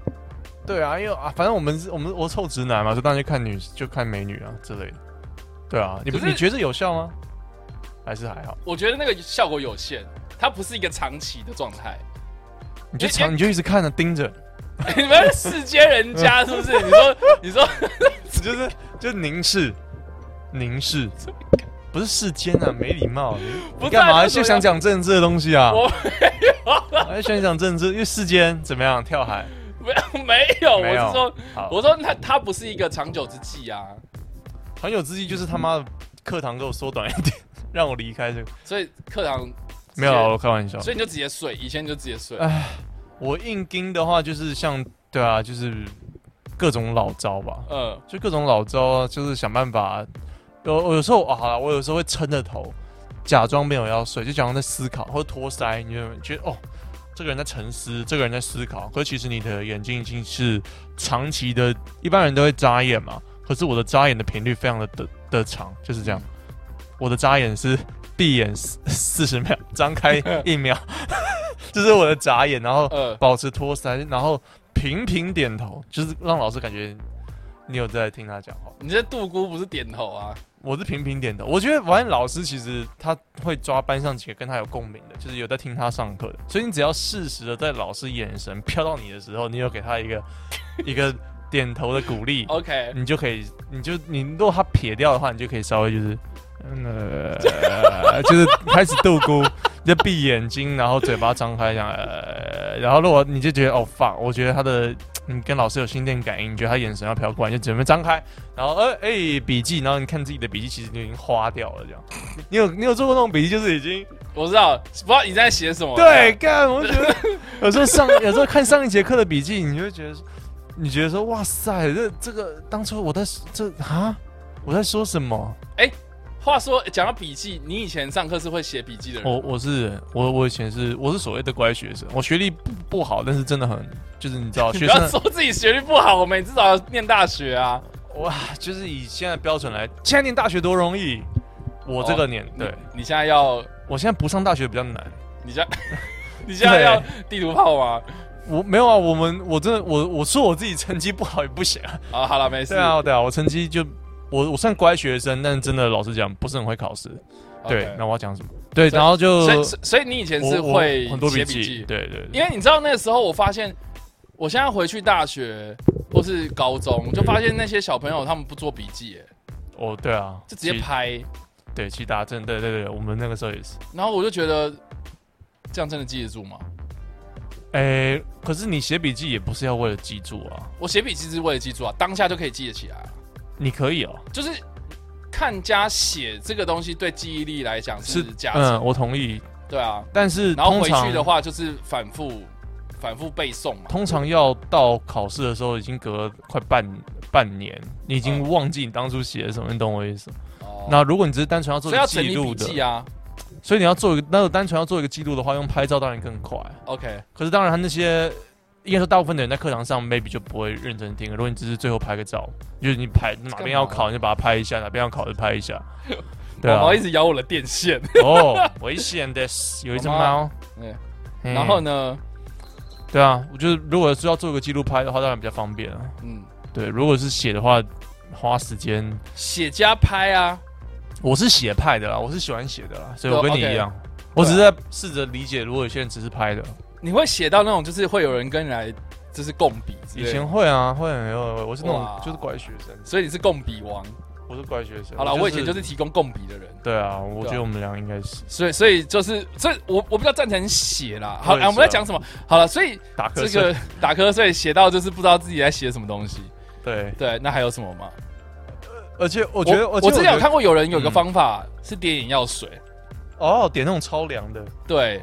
E: 对啊，因为啊，反正我们是我们我臭直男嘛，就当然就看女就看美女啊之类的。对啊，你不
D: 可是
E: 你觉得有效吗？还是还好？
D: 我觉得那个效果有限，它不是一个长期的状态。 (laughs)
E: 你就
D: 因为
E: 长你就一直看着盯着，
D: 你们世间人家是不是？ (laughs) 你说，你说，
E: 就是就凝视凝视，不是世间啊，没礼貌。你
D: (laughs) 不
E: 你
D: 是啊
E: 干嘛
D: 就是说
E: 就想讲政治的东西啊？
D: 我
E: (laughs) 还想讲政治，因为世间怎么样跳海？
D: 没有没有，
E: 没
D: 我
E: 有
D: 是说，
E: 好，
D: 我说那它不是一个长久之计啊，
E: 很有之意就是他妈的课堂给我缩短一点， (laughs) 让我离开这个。
D: 所以课堂直接
E: 没有啊，我开玩笑。
D: 所以你就直接睡，以前你就直接睡。
E: 哎我硬盯的话，就是像对啊，就是各种老招吧，
D: 嗯，
E: 就各种老招啊，就是想办法。有我有时候啊，好了，我有时候会撑着头，假装没有要睡，就假装在思考，或者托腮，你就觉得哦，这个人在沉思，这个人在思考。可是其实你的眼睛已经是长期的，一般人都会眨眼嘛。可是我的眨眼的频率非常的的的长，就是这样。我的眨眼是闭眼四四十秒，张开一秒， (laughs) 这是我的眨眼，然后
D: 呃，
E: 保持托腮，然后频频点头，就是让老师感觉你有在听他讲话。
D: 你这杜姑不是点头啊？
E: 我是频频点头，我觉得玩老师其实他会抓班上几个跟他有共鸣的，就是有在听他上课的，所以你只要适时的在老师眼神飘到你的时候，你有给他一个 (laughs) 一个点头的鼓励，
D: OK，
E: 你就可以，你就你如果他撇掉的话，你就可以稍微就是，嗯呃，就是开始斗勾，你就闭眼睛，然后嘴巴张开这样，呃，然后如果你就觉得哦 fuck，我觉得他的你跟老师有心电感应，你觉得他眼神要飘过来，你就准备张开，然后呃哎、笔记，然后你看自己的笔记其实就已经花掉了这样，你有你有做过那种笔记，就是已经
D: 我知道，不知道你在写什么。啊
E: 对，干，我觉得
D: (laughs)
E: 有时候上有时候看上一节课的笔记，你就会觉得，你觉得说哇塞，这这个当初我在这啊，我在说什么？
D: 话说讲到笔记，你以前上课是会写笔记的人，
E: 我我是我我以前是我是所谓的乖学生，我学历不不好，但是真的很就是你知道
D: (laughs) 你
E: 学
D: 不要
E: 生
D: 说自己学历不好，我们也至少要念大学啊。
E: 哇，就是以现在的标准来，现在念大学多容易，我这个年、对
D: 你现在要，
E: 我现在不上大学比较难。
D: 你现在，你现在要地图炮吗？
E: 我没有啊，我们我真的我我说我自己成绩不好也不行啊，
D: 啊，好了，没事。
E: 对啊，对啊，我成绩就我我算乖学生，但真的老实讲不是很会考试。
D: OK
E: 对，那我要讲什么？对，
D: 所以
E: 然后就
D: 所以所以所以你以前
E: 我
D: 是
E: 我
D: 会
E: 很多
D: 写
E: 笔
D: 笔
E: 记，
D: 记，
E: 对对
D: 因为你知道那个时候我发现，我现在回去大学或是高中，就发现那些小朋友他们不做笔记，哎，
E: 哦对啊，
D: 就直接
E: 其
D: 拍，
E: 对其达镇，对对对，我们那个时候也是。
D: 然后我就觉得这样真的记得住吗？
E: 哎，可是你写笔记也不是要为了记住啊，
D: 我写笔记是为了记住啊，当下就可以记得起来啊，
E: 你可以哦，
D: 就是看加写这个东西对记忆力来讲是加成，
E: 嗯，我同意，
D: 对啊。
E: 但是
D: 然后
E: 通
D: 回去的
E: 常
D: 话就是反复反复背诵嘛，
E: 通常要到考试的时候已经隔快半半年，你已经忘记你当初写的什么，你懂我意思吗？
D: 哦，
E: 那如果你只是单纯要做
D: 所以
E: 一个
D: 要整
E: 记
D: 理笔
E: 录的，
D: 记啊。
E: 所以你要做一个，那个单纯要做一个记录的话，用拍照当然更快。
D: OK，
E: 可是当然，他那些应该说大部分的人在课堂上 maybe 就不会认真听。如果你只是最后拍个照，就是你拍哪边要考，你就把它拍一下；哪边要考就拍
D: (laughs)
E: 一下。对
D: 宝
E: 啊
D: 宝，一直咬我的电线，
E: 哦，危险的，有一只猫。
D: 嗯
E: 嗯
D: 然后呢，
E: 对啊，我觉得如果是要做个记录拍的话，当然比较方便啊。
D: 嗯，
E: 对，如果是写的话，花时间。
D: 写加拍啊，
E: 我是写派的啦，我是喜欢写的啦，所以我
D: 对啊
E: 跟你
D: OK
E: 一样，我只是在试着理解，如果有些人只是拍的，
D: 你会写到那种就是会有人跟你来就是共笔之类
E: 以
D: 的，
E: 前会啊，会很有，我是那
D: 哇
E: 种就是乖学生，
D: 所以你是共笔王。
E: 我是乖学生。
D: 好了，我以前就是提供共笔的人，
E: 对啊，我
D: 对啊
E: 觉得我们俩应该是
D: 所以所以就是这我我比较赞成写啦。好，
E: 我也是
D: 哎，
E: 啊
D: 我们在讲什么？好了，所
E: (laughs)
D: 以
E: 打瞌
D: 这
E: 睡。
D: 个打瞌睡写到就是不知道自己在写什么东西。
E: 对，
D: 对，那还有什么吗？
E: 而且我觉得，
D: 我
E: 而且
D: 我之前有
E: 觉得
D: 看过有人有个
E: 嗯
D: 方法是点眼药水，
E: 哦，点那种超凉的，
D: 对，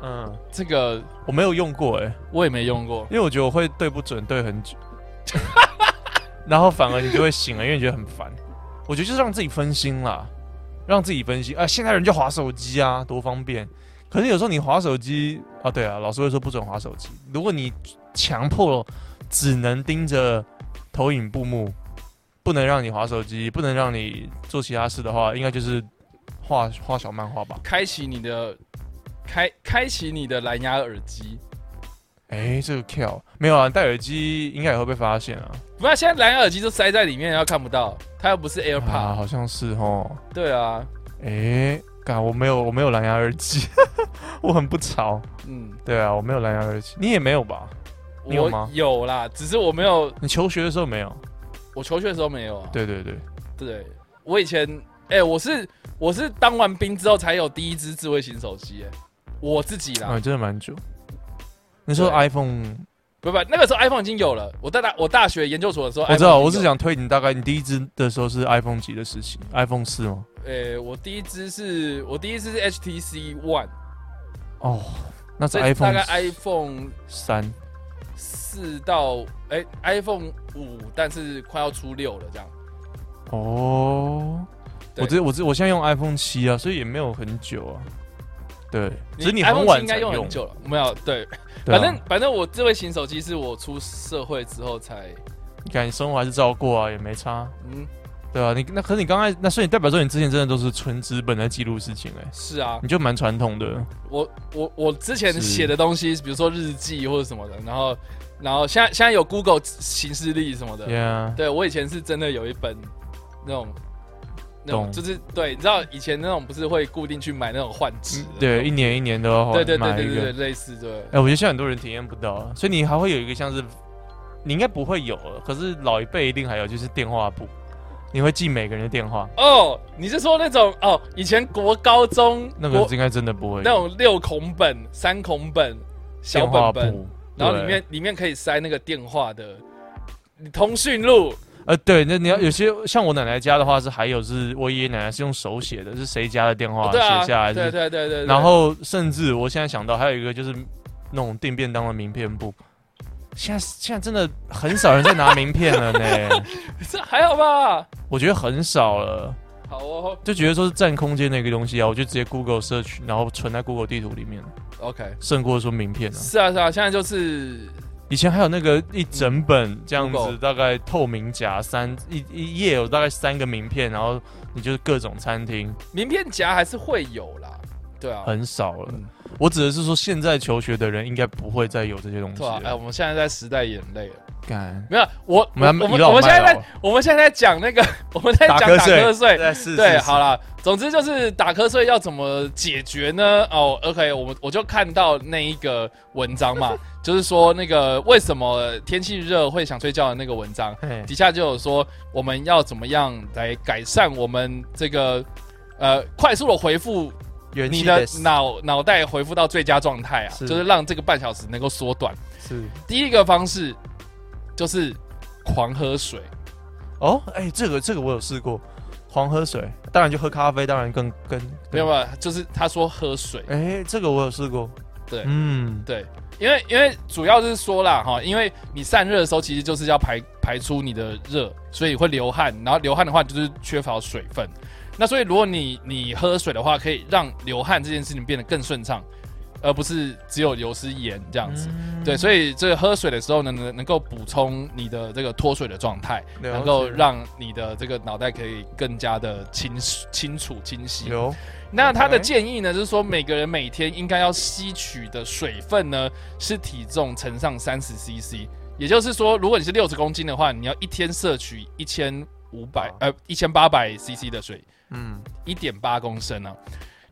E: 嗯，
D: 这个
E: 我没有用过哎、
D: 我也没用过。
E: 因为我觉得我会对不准对很久， (laughs) 然后反而你就会醒了，因为你觉得很烦。我觉得就是让自己分心啦，让自己分心啊！现在人就划手机啊，多方便。可是有时候你划手机啊，对啊，老师会说不准划手机。如果你强迫只能盯着投影布幕，不能让你划手机，不能让你做其他事的话，应该就是画画小漫画吧？
D: 开启你的开开启你的蓝牙耳机。
E: 哎、这个 kill 没有啊，戴耳机应该也会被发现啊。
D: 不要，现在蓝牙耳机都塞在里面，然后看不到，它又不是 AirPod、
E: 啊，好像是哦。
D: 对啊，
E: 诶，哎干，我没有，我没有蓝牙耳机， (laughs) 我很不潮。
D: 嗯，
E: 对啊，我没有蓝牙耳机，你也没有吧？你有
D: 我
E: 吗
D: 有啦，只是我没有，
E: 你求学的时候没有？
D: 我求学的时候没有啊。
E: 对对对，
D: 对，我以前哎、我是我是当完兵之后才有第一只智慧型手机，哎，我自己啦，
E: 啊，真的蛮久。那时候
D: 对
E: iPhone，
D: 不不，那个时候 iPhone 已经有了。我在大我大学研究所的时候，
E: 我知道，我是
D: 想，
E: 想推你大概你第一支的时候是 iPhone 几的时期？iPhone 四吗？
D: 呃，我第一支是我第一支是 HTC One，
E: 哦，那是
D: 所以大
E: iPhone
D: 概 iPhone
E: 三，
D: 四到哎、iPhone 五，但是快要出六了这样。
E: 哦，
D: 对
E: 我这我这我现在用 iPhone 七啊，所以也没有很久啊。对，只是你很
D: iPhone
E: 晚
D: 应
E: 才
D: 该用很久了，没有对，
E: 对啊
D: 反正反正我智慧型手机是我出社会之后才
E: 你看你生活还是照过啊，也没差。
D: 嗯
E: 对啊，你那可是你刚才那，所以代表说你之前真的都是纯资本在记录事情哎、
D: 是啊，
E: 你就蛮传统的。
D: 我我我之前
E: 是
D: 写的东西，比如说日记或者什么的，然后然后现在现在有 Google 形式力什么的，
E: Yeah，嗯
D: 对我以前是真的有一本那种那种
E: 懂
D: 就是对，你知道以前那种不是会固定去买那种换纸的那
E: 嗯
D: 种，
E: 对，一年一年都要
D: 对对对
E: 买
D: 对
E: 一
D: 对
E: 个
D: 对，。类似对
E: 哎、我觉得现在很多人体验不到啊，所以你还会有一个像是，你应该不会有了，可是老一辈一定还有，就是电话簿，你会记每个人的电话，
D: 哦，你是说那种哦，以前国高中
E: 那个
D: 国
E: 应该真的不会有。
D: 那种六孔本、三孔本、小
E: 电话
D: 本
E: 簿
D: 本，，然后
E: 对
D: 里面里面可以塞那个电话的通讯录，
E: 呃，对，那你要有些像我奶奶家的话是，还有是我爷爷奶奶是用手写的，是谁家的电话写、
D: 对啊，
E: 下来
D: 对对对
E: 是，
D: 对对，
E: 然后甚至我现在想到还有一个就是那种订便当的名片簿。现在现在真的很少人在拿名片了
D: (laughs)
E: 呢，
D: 这还好吧？
E: 我觉得很少了，
D: 好哦
E: 就觉得说是占空间的一个东西啊，我就直接 Google search，然后存在 Google 地图里面，
D: ，OK，
E: 胜过说名片啊。
D: 是啊是啊，现在就是
E: 以前还有那个一整本这样子，
D: Google
E: 大概透明夹三一一页有大概三个名片，然后你就是各种餐厅，
D: 名片夹还是会有啦，对啊，
E: 很少了。
D: 嗯
E: 我指的是说，现在求学的人应该不会再有这些东西
D: 对啊，哎，
E: 了。
D: 我们现在在时代眼泪了，
E: 干，
D: 没有我
E: 我们还没
D: 我
E: 倚
D: 们
E: 老
D: 我们现在
E: 卖老哦
D: 在我们现在在讲那个 (laughs) 我们在
E: 打
D: 讲打
E: 瞌睡
D: 瞌睡，
E: 对，是
D: 对，好啦，总之就是打瞌睡要怎么解决呢？哦，OK，我们我就看到那一个文章
E: (laughs)
D: 嘛，就是说那个为什么天气热会想睡觉的那个文章，
E: 嘿
D: 底下就有说我们要怎么样来改善我们这个呃快速的回复
E: 元
D: 你
E: 气
D: 的
E: 是
D: 脑脑袋回复到最佳状态啊，
E: 是
D: 就是让这个半小时能够缩短。
E: 是
D: 第一个方式就是狂喝水，
E: 哦，哎，这个这个我有试过，狂喝水，当然就喝咖啡，当然更更
D: 没有没有，就是他说喝水，
E: 哎，这个我有试过，
D: 对
E: 嗯，
D: 对，因为因为主要是说啦哈，因为你散热的时候其实就是要排排出你的热，所以会流汗，然后流汗的话就是缺乏水分。那所以如果你你喝水的话，可以让流汗这件事情变得更顺畅，而不是只有流失盐这样子。
E: 嗯
D: 对，所以这个喝水的时候呢，能能够补充你的这个脱水的状态，
E: 以
D: 能够让你的这个脑袋可以更加的清清楚清晰。
E: 有
D: 那他的
E: OK
D: 建议呢，就是说每个人每天应该要吸取的水分呢是体重乘上三十 CC，也就是说，如果你是六十公斤的话，你要一天摄取一千五百
E: 好
D: 呃一千八百 CC 的水，
E: 嗯，
D: 一点八公升啊。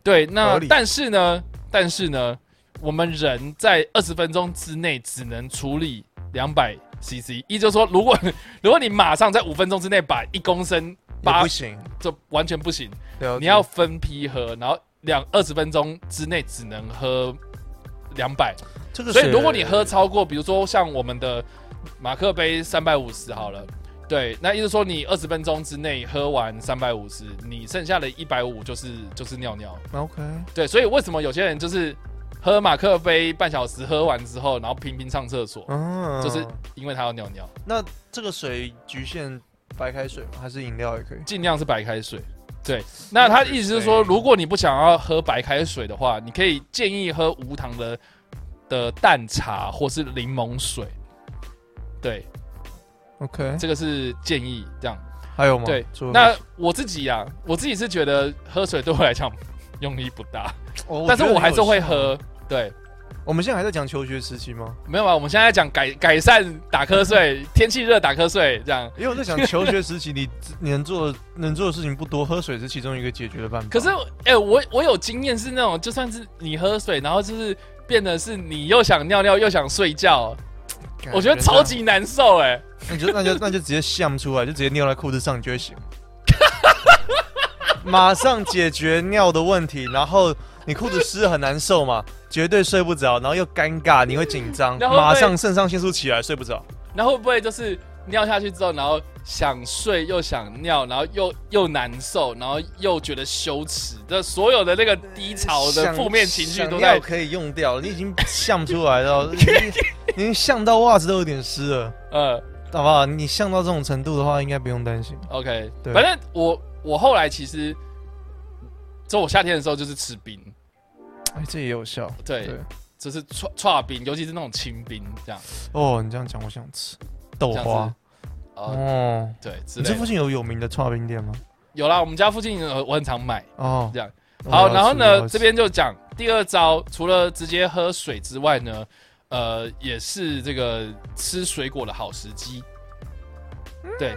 D: 对，那
E: 合理
D: 但是呢，但是呢，我们人在二十分钟之内只能处理两百 CC，也就是说，如果 (laughs) 如果你马上在五分钟之内把一公升
E: 也
D: 八
E: 不，行，
D: 这完全不行。
E: 了解
D: 你要分批喝，然后两二十分钟之内只能喝两百，
E: 这个
D: 所
E: 水，
D: 以如果你喝超过，比如说像我们的马克杯三百五十好了，对，那意思说你二十分钟之内喝完三百五十，你剩下的一百五就是就是尿尿，
E: OK，
D: 对，所以为什么有些人就是喝马克杯半小时喝完之后，然后频频上厕所，
E: 嗯，
D: 就是因为他要尿尿，
E: 那这个水局限白开水吗？还是饮料也可以？
D: 尽量是白开水。对，那他意思是说，如果你不想要喝白开水的话，你可以建议喝无糖的的淡茶或是柠檬水。对，
E: OK，
D: 这个是建议这样。
E: 还有吗？
D: 对
E: 除了，
D: 那我自己啊，我自己是觉得喝水对我来讲用力不大，
E: 哦，
D: 但是
E: 觉得
D: 我还
E: 很
D: 是
E: 有啊
D: 会
E: 效。
D: 喝。对，
E: 我们现在还在讲求学时期吗？
D: 没有啊，我们现在讲改改善打瞌
E: (laughs)
D: 睡，天气热打瞌睡这样。
E: 因为我在想求学时期你，你能做能做的事情不多，喝水是其中一个解决的办法。
D: 可是，哎、我我有经验是那种，就算是你喝水，然后就是变得是你又想尿尿又想睡觉，
E: 干
D: 我觉得超，级难受哎、
E: 那你就那就那就直接像出来，就直接尿在裤子上，你就会醒。马上解决尿的问题，然后你裤子湿很难受嘛，绝对睡不着，然后又尴尬，你会紧
D: (laughs)
E: 张，
D: 然后会
E: 马上肾上腺素起来，睡不着。
D: 那会不会就是尿下去之后，然后想睡又想尿，然后又又难受，然后又觉得羞耻，这所有的那个低潮的
E: 想
D: 负面情绪都
E: 想
D: 在
E: 尿可以用掉，你已经想不出
D: (laughs)
E: 来了，你你已经想到袜子都有点湿了，
D: 呃
E: 好不好？你想到这种程度的话，应该不用担心。
D: OK，
E: 对
D: 反正我我后来其实，就我夏天的时候就是吃冰，
E: 哎，这也有效。
D: 对，就是串串冰，尤其是那种清冰这样，
E: 哦，你这样讲，我想吃豆
D: 这样
E: 花
D: 子。哦，
E: 哦，
D: 对，之
E: 你这
D: 类
E: 附
D: 的。
E: 近有有名的串冰店吗？
D: 有啦，我们家附近呃我很常买。
E: 哦，
D: 这样
E: 我要
D: 好，
E: 吃
D: 然后
E: 我要
D: 呢，
E: 吃
D: 这边就讲第二招，除了直接喝水之外呢，呃，也是这个吃水果的好时机。对，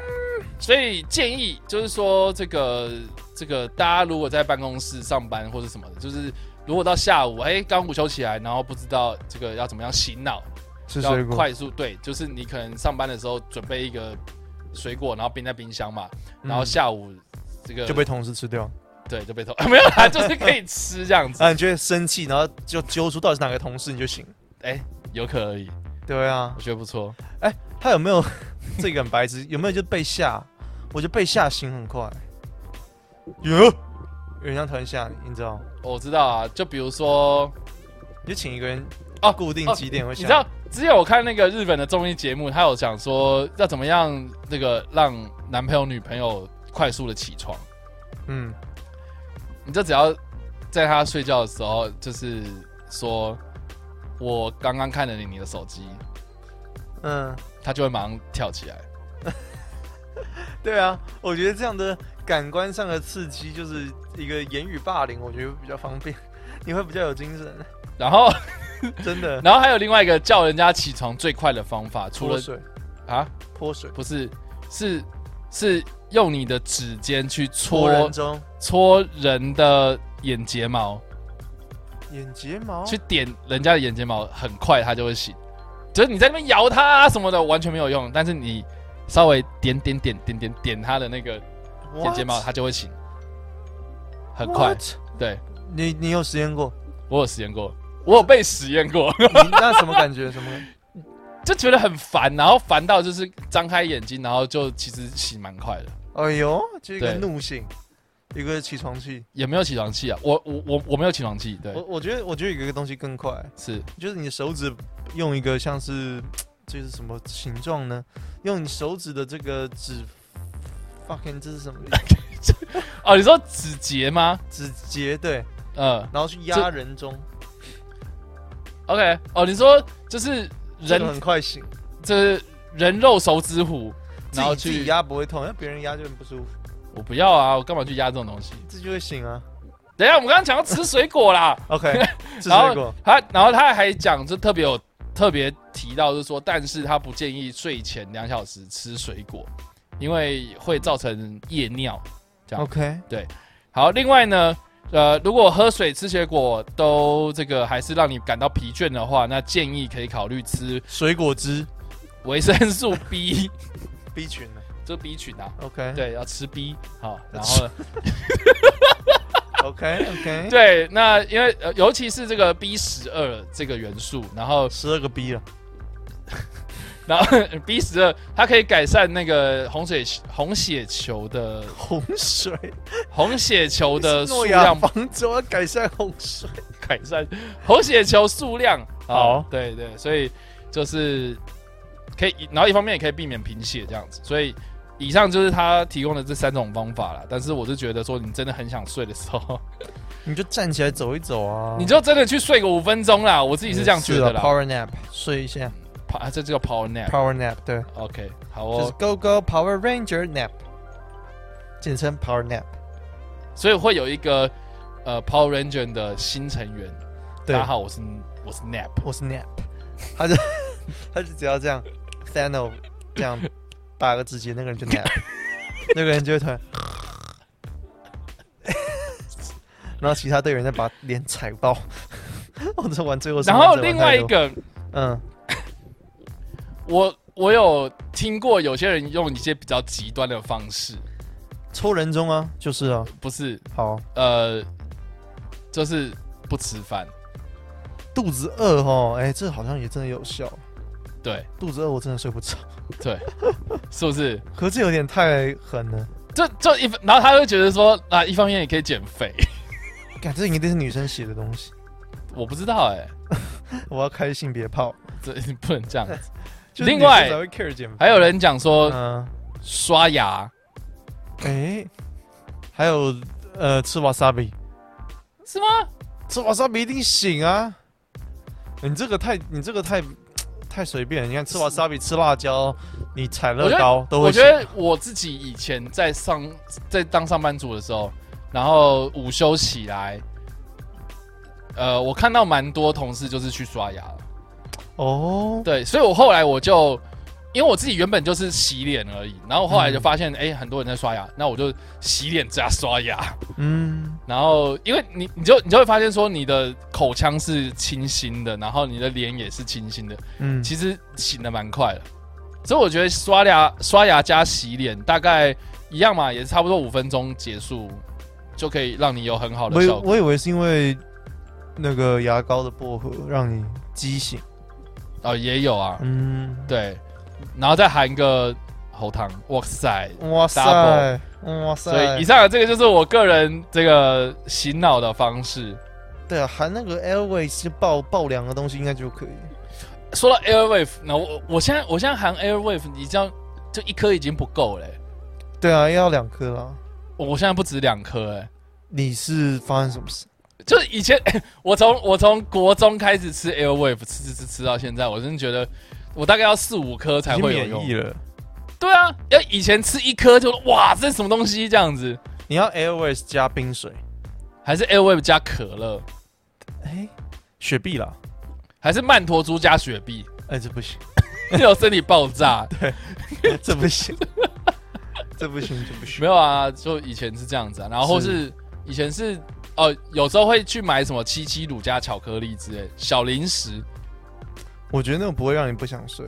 D: 所以建议就是说，这个这个大家如果在办公室上班或者什么的，就是如果到下午，哎，刚午休起来，然后不知道这个要怎么样洗脑，
E: 吃
D: 要
E: 水果，
D: 快速对，就是你可能上班的时候准备一个水果，然后冰在冰箱嘛，然后
E: 嗯
D: 下午这个
E: 就被同事吃掉。
D: 对，就被偷， (laughs) 没有啦，就是可以吃这样子，
E: 啊，你就会生气，然后就揪出到底是哪个同事，你就醒。
D: 有可而已，
E: 对啊
D: 我，觉得不错。
E: 他有没有这个很白痴？有没有就被吓？我觉得被吓醒很快。有，有人要突然吓你，你知道？
D: 我知道啊，就比如说，
E: 你就请一个人
D: 哦
E: 固定
D: 哦
E: 几点会
D: 你
E: 吓、
D: 知道之前我看那个日本的综艺节目，他有讲说要怎么样那个让男朋友女朋友快速的起床，
E: 嗯，
D: 你就只要在他睡觉的时候，就是说我刚刚看了你你的手机，
E: 嗯，
D: 他就会马上跳起来。
E: 对啊，我觉得这样的感官上的刺激就是一个言语霸凌，我觉得比较方便，你会比较有精神，
D: 然后， (laughs)
E: 真的。
D: 然后还有另外一个叫人家起床最快的方法，除
E: 泼
D: 了
E: 水，
D: 啊，
E: 泼水，
D: 不是，是是用你的指尖去搓
E: 泼人中，
D: 搓人的眼睫毛，
E: 眼睫毛，
D: 去点人家的眼睫毛，很快他就会醒。就是你在那边摇他啊什么的，完全没有用。但是你稍微点点点点点点他的那个眼睫毛，他就会醒，很快。
E: What？
D: 对
E: 你你有实验过？
D: (laughs) 我有实验过，我有被实验过， (laughs)
E: 你那什么感觉？什么感觉？
D: 就觉得很烦，然后烦到就是张开眼睛，然后就其实醒蛮快的，
E: 哎呦，就一个
D: 对
E: 怒醒，一个起床气。
D: 也没有起床气啊。我我我我没有起床气，对
E: 我，我觉得，我觉得有一个东西更快，
D: 是
E: 就是你的手指用一个像是这是什么形状呢？用你手指的这个指，fucking 这是什么
D: 哦，你说指节吗？
E: 指节对，
D: 嗯
E: 然后去压人中，
D: ，OK，哦，你说就是
E: 这
D: 人
E: 个很快醒，
D: 这人肉手指虎，
E: 自
D: 然后
E: 己自己
D: 去
E: 压不会痛，那别人压就很不舒服，
D: 我不要啊，我干嘛去压这种东西？
E: 这就会醒 (laughs) 啊。
D: 等一下，我们刚刚讲到吃水果
E: (laughs)
D: 啦，
E: OK，这
D: 然
E: 是
D: 后
E: 果，
D: 他然后他还讲，就特别有特别提到，就是说，但是他不建议睡前两小时吃水果，因为会造成夜尿。这样
E: OK，
D: 好，另外呢，呃，如果喝水、吃水果都这个还是让你感到疲倦的话，那建议可以考虑吃
E: 水果汁
D: 维生素 B，
E: B 群呢
D: 就 B 群啊，
E: ？OK，
D: 对，要吃 B 好，然后呢
E: ，OK OK，
D: (laughs) 对，那因为、呃、尤其是这个 B 十二这个元素，然后
E: 十二个 B 了，
D: 然后 (laughs) B 十二它可以改善那个红血红血球的
E: 洪水。
D: 红血球
E: (laughs)
D: 的数
E: 诺亚
D: 量
E: 方舟要改善洪水。
D: 改善红血球数量
E: 好
D: 哦对对，所以就是可以，然后一方面也可以避免贫血这样子，所以。以上就是他提供的这三种方法啦，但是我是觉得说，你真的很想睡的时候，
E: 你就站起来走一走啊，
D: 你就真的去睡个五分钟啦。我自
E: 自
D: 己是这样觉得啦。
E: Power nap，睡一下。
D: 跑啊，这叫 power nap。
E: Power nap，对，
D: OK，好
E: 就是
D: 哦，
E: Go Go Power Ranger nap，简称 Power nap。
D: 所以会有一个呃 Power Ranger 的新成员。
E: 对
D: 大家好，我是我是 Nap，
E: 我是 nap，他就 (laughs) 他就只要这样 t h a n o 这样打个字节，那个人就
D: (laughs)
E: nap，那个人就会突然，然后其他队员再把脸踩爆。我这玩最后，
D: 然后另外一，个，
E: 嗯，
D: 我我有听过有些人用一些比较极端的方式，
E: 抽人中啊，就是啊，
D: 不是
E: 好，
D: 呃，就是不吃饭。
E: 肚子饿哦，哎、这好像也真的有效。
D: 对
E: 肚子饿我真的睡不着，
D: 对， (laughs) 是不是？
E: 可是有点太狠了。
D: 这这一，然后他会觉得说啊，一方面也可以减肥， (laughs)
E: 感这一定是女生写的东西，
D: 我不知道哎、
E: 我要开性别炮。
D: 这不能这样子。
E: 就是
D: 另外
E: 女生才会 care 减肥，
D: 还有人讲说
E: 嗯，
D: 刷牙、
E: 哎、还有呃，吃瓦萨比，
D: 是吗？
E: 吃瓦萨比一定醒啊。你这个太，你这个太太随便了。你看吃瓦萨比、吃辣椒，你踩乐高都
D: 我
E: 会
D: 觉
E: 醒。
D: 得我自己以前在上在当上班族的时候，然后午休起来，呃，我看到蛮多同事就是去刷牙了。
E: 哦，
D: 对，所以我后来我就，因为我自己原本就是洗脸而已，然后后来就发
E: 嗯
D: 现，哎、很多人在刷牙，那我就洗脸加刷牙，
E: 嗯，
D: 然后因为你你就你就会发现说，你的口腔是清新的，然后你的脸也是清新的，
E: 嗯，
D: 其实醒的蛮快的，所以我觉得刷牙刷牙加洗脸大概一样嘛，也是差不多五分钟结束，就可以让你有很好的
E: 我以
D: 效果。
E: 我以为是因为那个牙膏的薄荷让你畸形，
D: 哦，也有啊，
E: 嗯，
D: 对，然后再含个喉糖，哇塞！
E: 哇塞
D: Double，
E: 哇塞，
D: 所以以上的这个就是我个人这个醒脑的方式。
E: 对啊，含那个 airways 爆爆凉的东西应该就可以。
D: 说到 Airwave，那我我现在我现在含 Airwave，你这样就一颗已经不够了欸、
E: 对啊，要两颗啦。
D: 我现在不止两颗哎，
E: 你是发生什么事？
D: 就是以前、 (coughs) 我从我从国中开始吃 Airwave，吃吃吃吃到现在，我真的觉得我大概要四五颗才
E: 已经
D: 会有
E: 免疫
D: 用。
E: 了。
D: 对啊，要以前吃一颗就哇这是什么东西这样子，
E: 你要 airways 加冰水，
D: 还是 Airwave 加可乐，
E: 哎、雪碧啦，
D: 还是曼陀珠加雪碧， (laughs)
E: 哎、这不行，
D: 有身体爆
E: (laughs)
D: 炸。
E: 哎这不行， (laughs) 这不行，这不行。
D: 没有啊，就以前是这样子啊，然后或是以前是哦，有时候会去买什么七七乳加巧克力之类小零食，
E: 我觉得那个不会让你不想睡。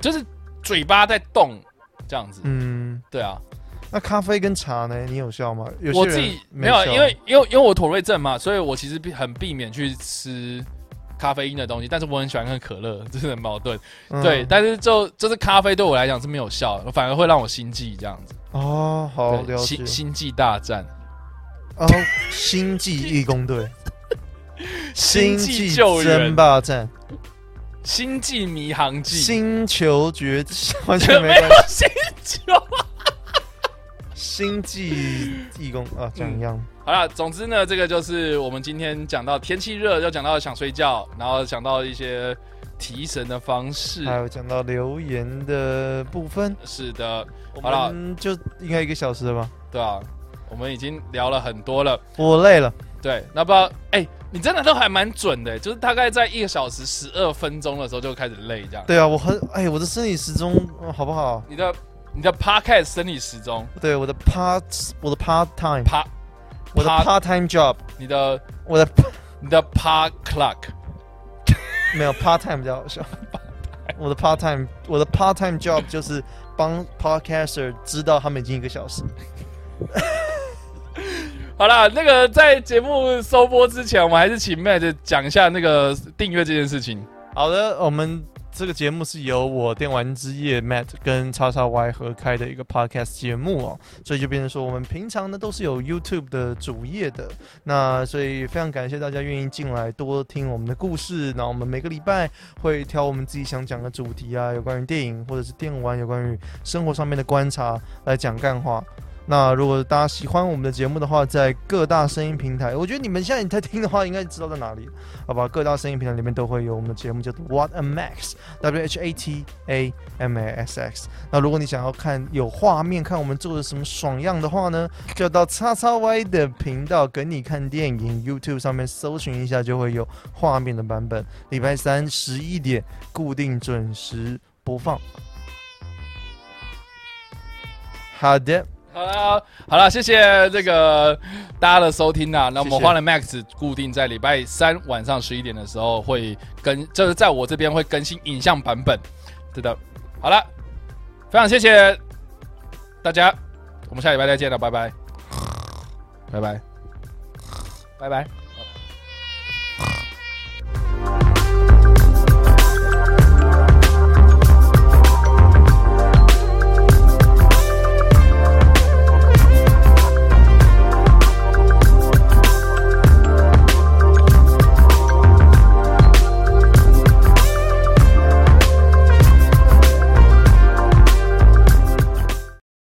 D: 就是嘴巴在动这样子。
E: 嗯，
D: 对啊，
E: 那咖啡跟茶呢？你有效吗？有些
D: 我
E: 人
D: 自己
E: 没
D: 没有啊，
E: 效
D: 因为因为因为我妥瑞症嘛，所以我其实避很避免去吃咖啡因的东西，但是我很喜欢喝可乐， (laughs) 这是很矛盾。
E: 嗯
D: 对，但是就就是咖啡对我来讲是没有效的，反而会让我心悸这样子。
E: 哦，好
D: 对
E: 了解
D: 心。心悸大战，
E: 哦，星际义工 (laughs) 队，
D: 星际救援
E: 争霸战，
D: (laughs) 心悸迷航记， (laughs)
E: 星球崛起， (laughs) 完全
D: 没
E: 没关
D: 有
E: 系。
D: 心悸。
E: 星际义工啊，讲一样。
D: 好了，总之呢，这个就是我们今天讲到天气热，又讲到想睡觉，然后讲到一些提神的方式
E: 还。有讲到留言的部分，
D: 是的，
E: 我
D: 好了
E: 们就应该一个小时了吧？
D: 对啊，我们已经聊了很多了。
E: 我累了，
D: 对，那不知道，哎、你真的都还蛮准的，就是大概在一个小时十二分钟的时候就开始累这样。
E: 对啊，我很哎，我的生理时钟、哦好不好？
D: 你的你的 podcast 生理时钟，
E: 对，我的 part，我的 part time，
D: 趴，
E: 我的
D: part-
E: part time job，
D: 你的
E: 我的 (laughs)
D: 你的 pa clock，
E: 没有 part time 比较好笑。我的 part time，我的 part time job 就是帮 podcaster 知道他们已经一个小时。
D: 好啦，那个在节目收播之前，我们还是请 Matt 讲一下那个订阅这件事情。
E: 好的，我们这个节目是由我电玩之夜 Matt 跟叉叉 Y 合开的一个 podcast 节目哦，所以就变成说我们平常呢都是有 YouTube 的主页的，那所以非常感谢大家愿意进来多听我们的故事。那我们每个礼拜会挑我们自己想讲的主题啊，有关于电影或者是电玩，有关于生活上面的观察来讲干话。那如果大家喜欢我们的节目的话，在各大声音平台，我觉得你们现在在听的话，应该知道在哪里了。好吧，各大声音平台里面都会有我们的节目，叫做 What a Max，W H A T A M A S X。那如果你想要看有画面，看我们做的什么爽样的话呢，就到叉叉 Y 的频道跟你看电影 YouTube 上面搜寻一下，就会有画面的版本。礼拜三十一点固定准时播放。好的，
D: 好啦，好啦，谢谢这个大家的收听啊。那我
E: 谢
D: 们
E: 谢
D: 花了 Max 固定在礼拜三晚上十一点的时候会更，就是在我这边会更新影像版本。对的，好了，非常谢谢大家，我们下礼拜再见了，拜拜，拜拜，拜拜。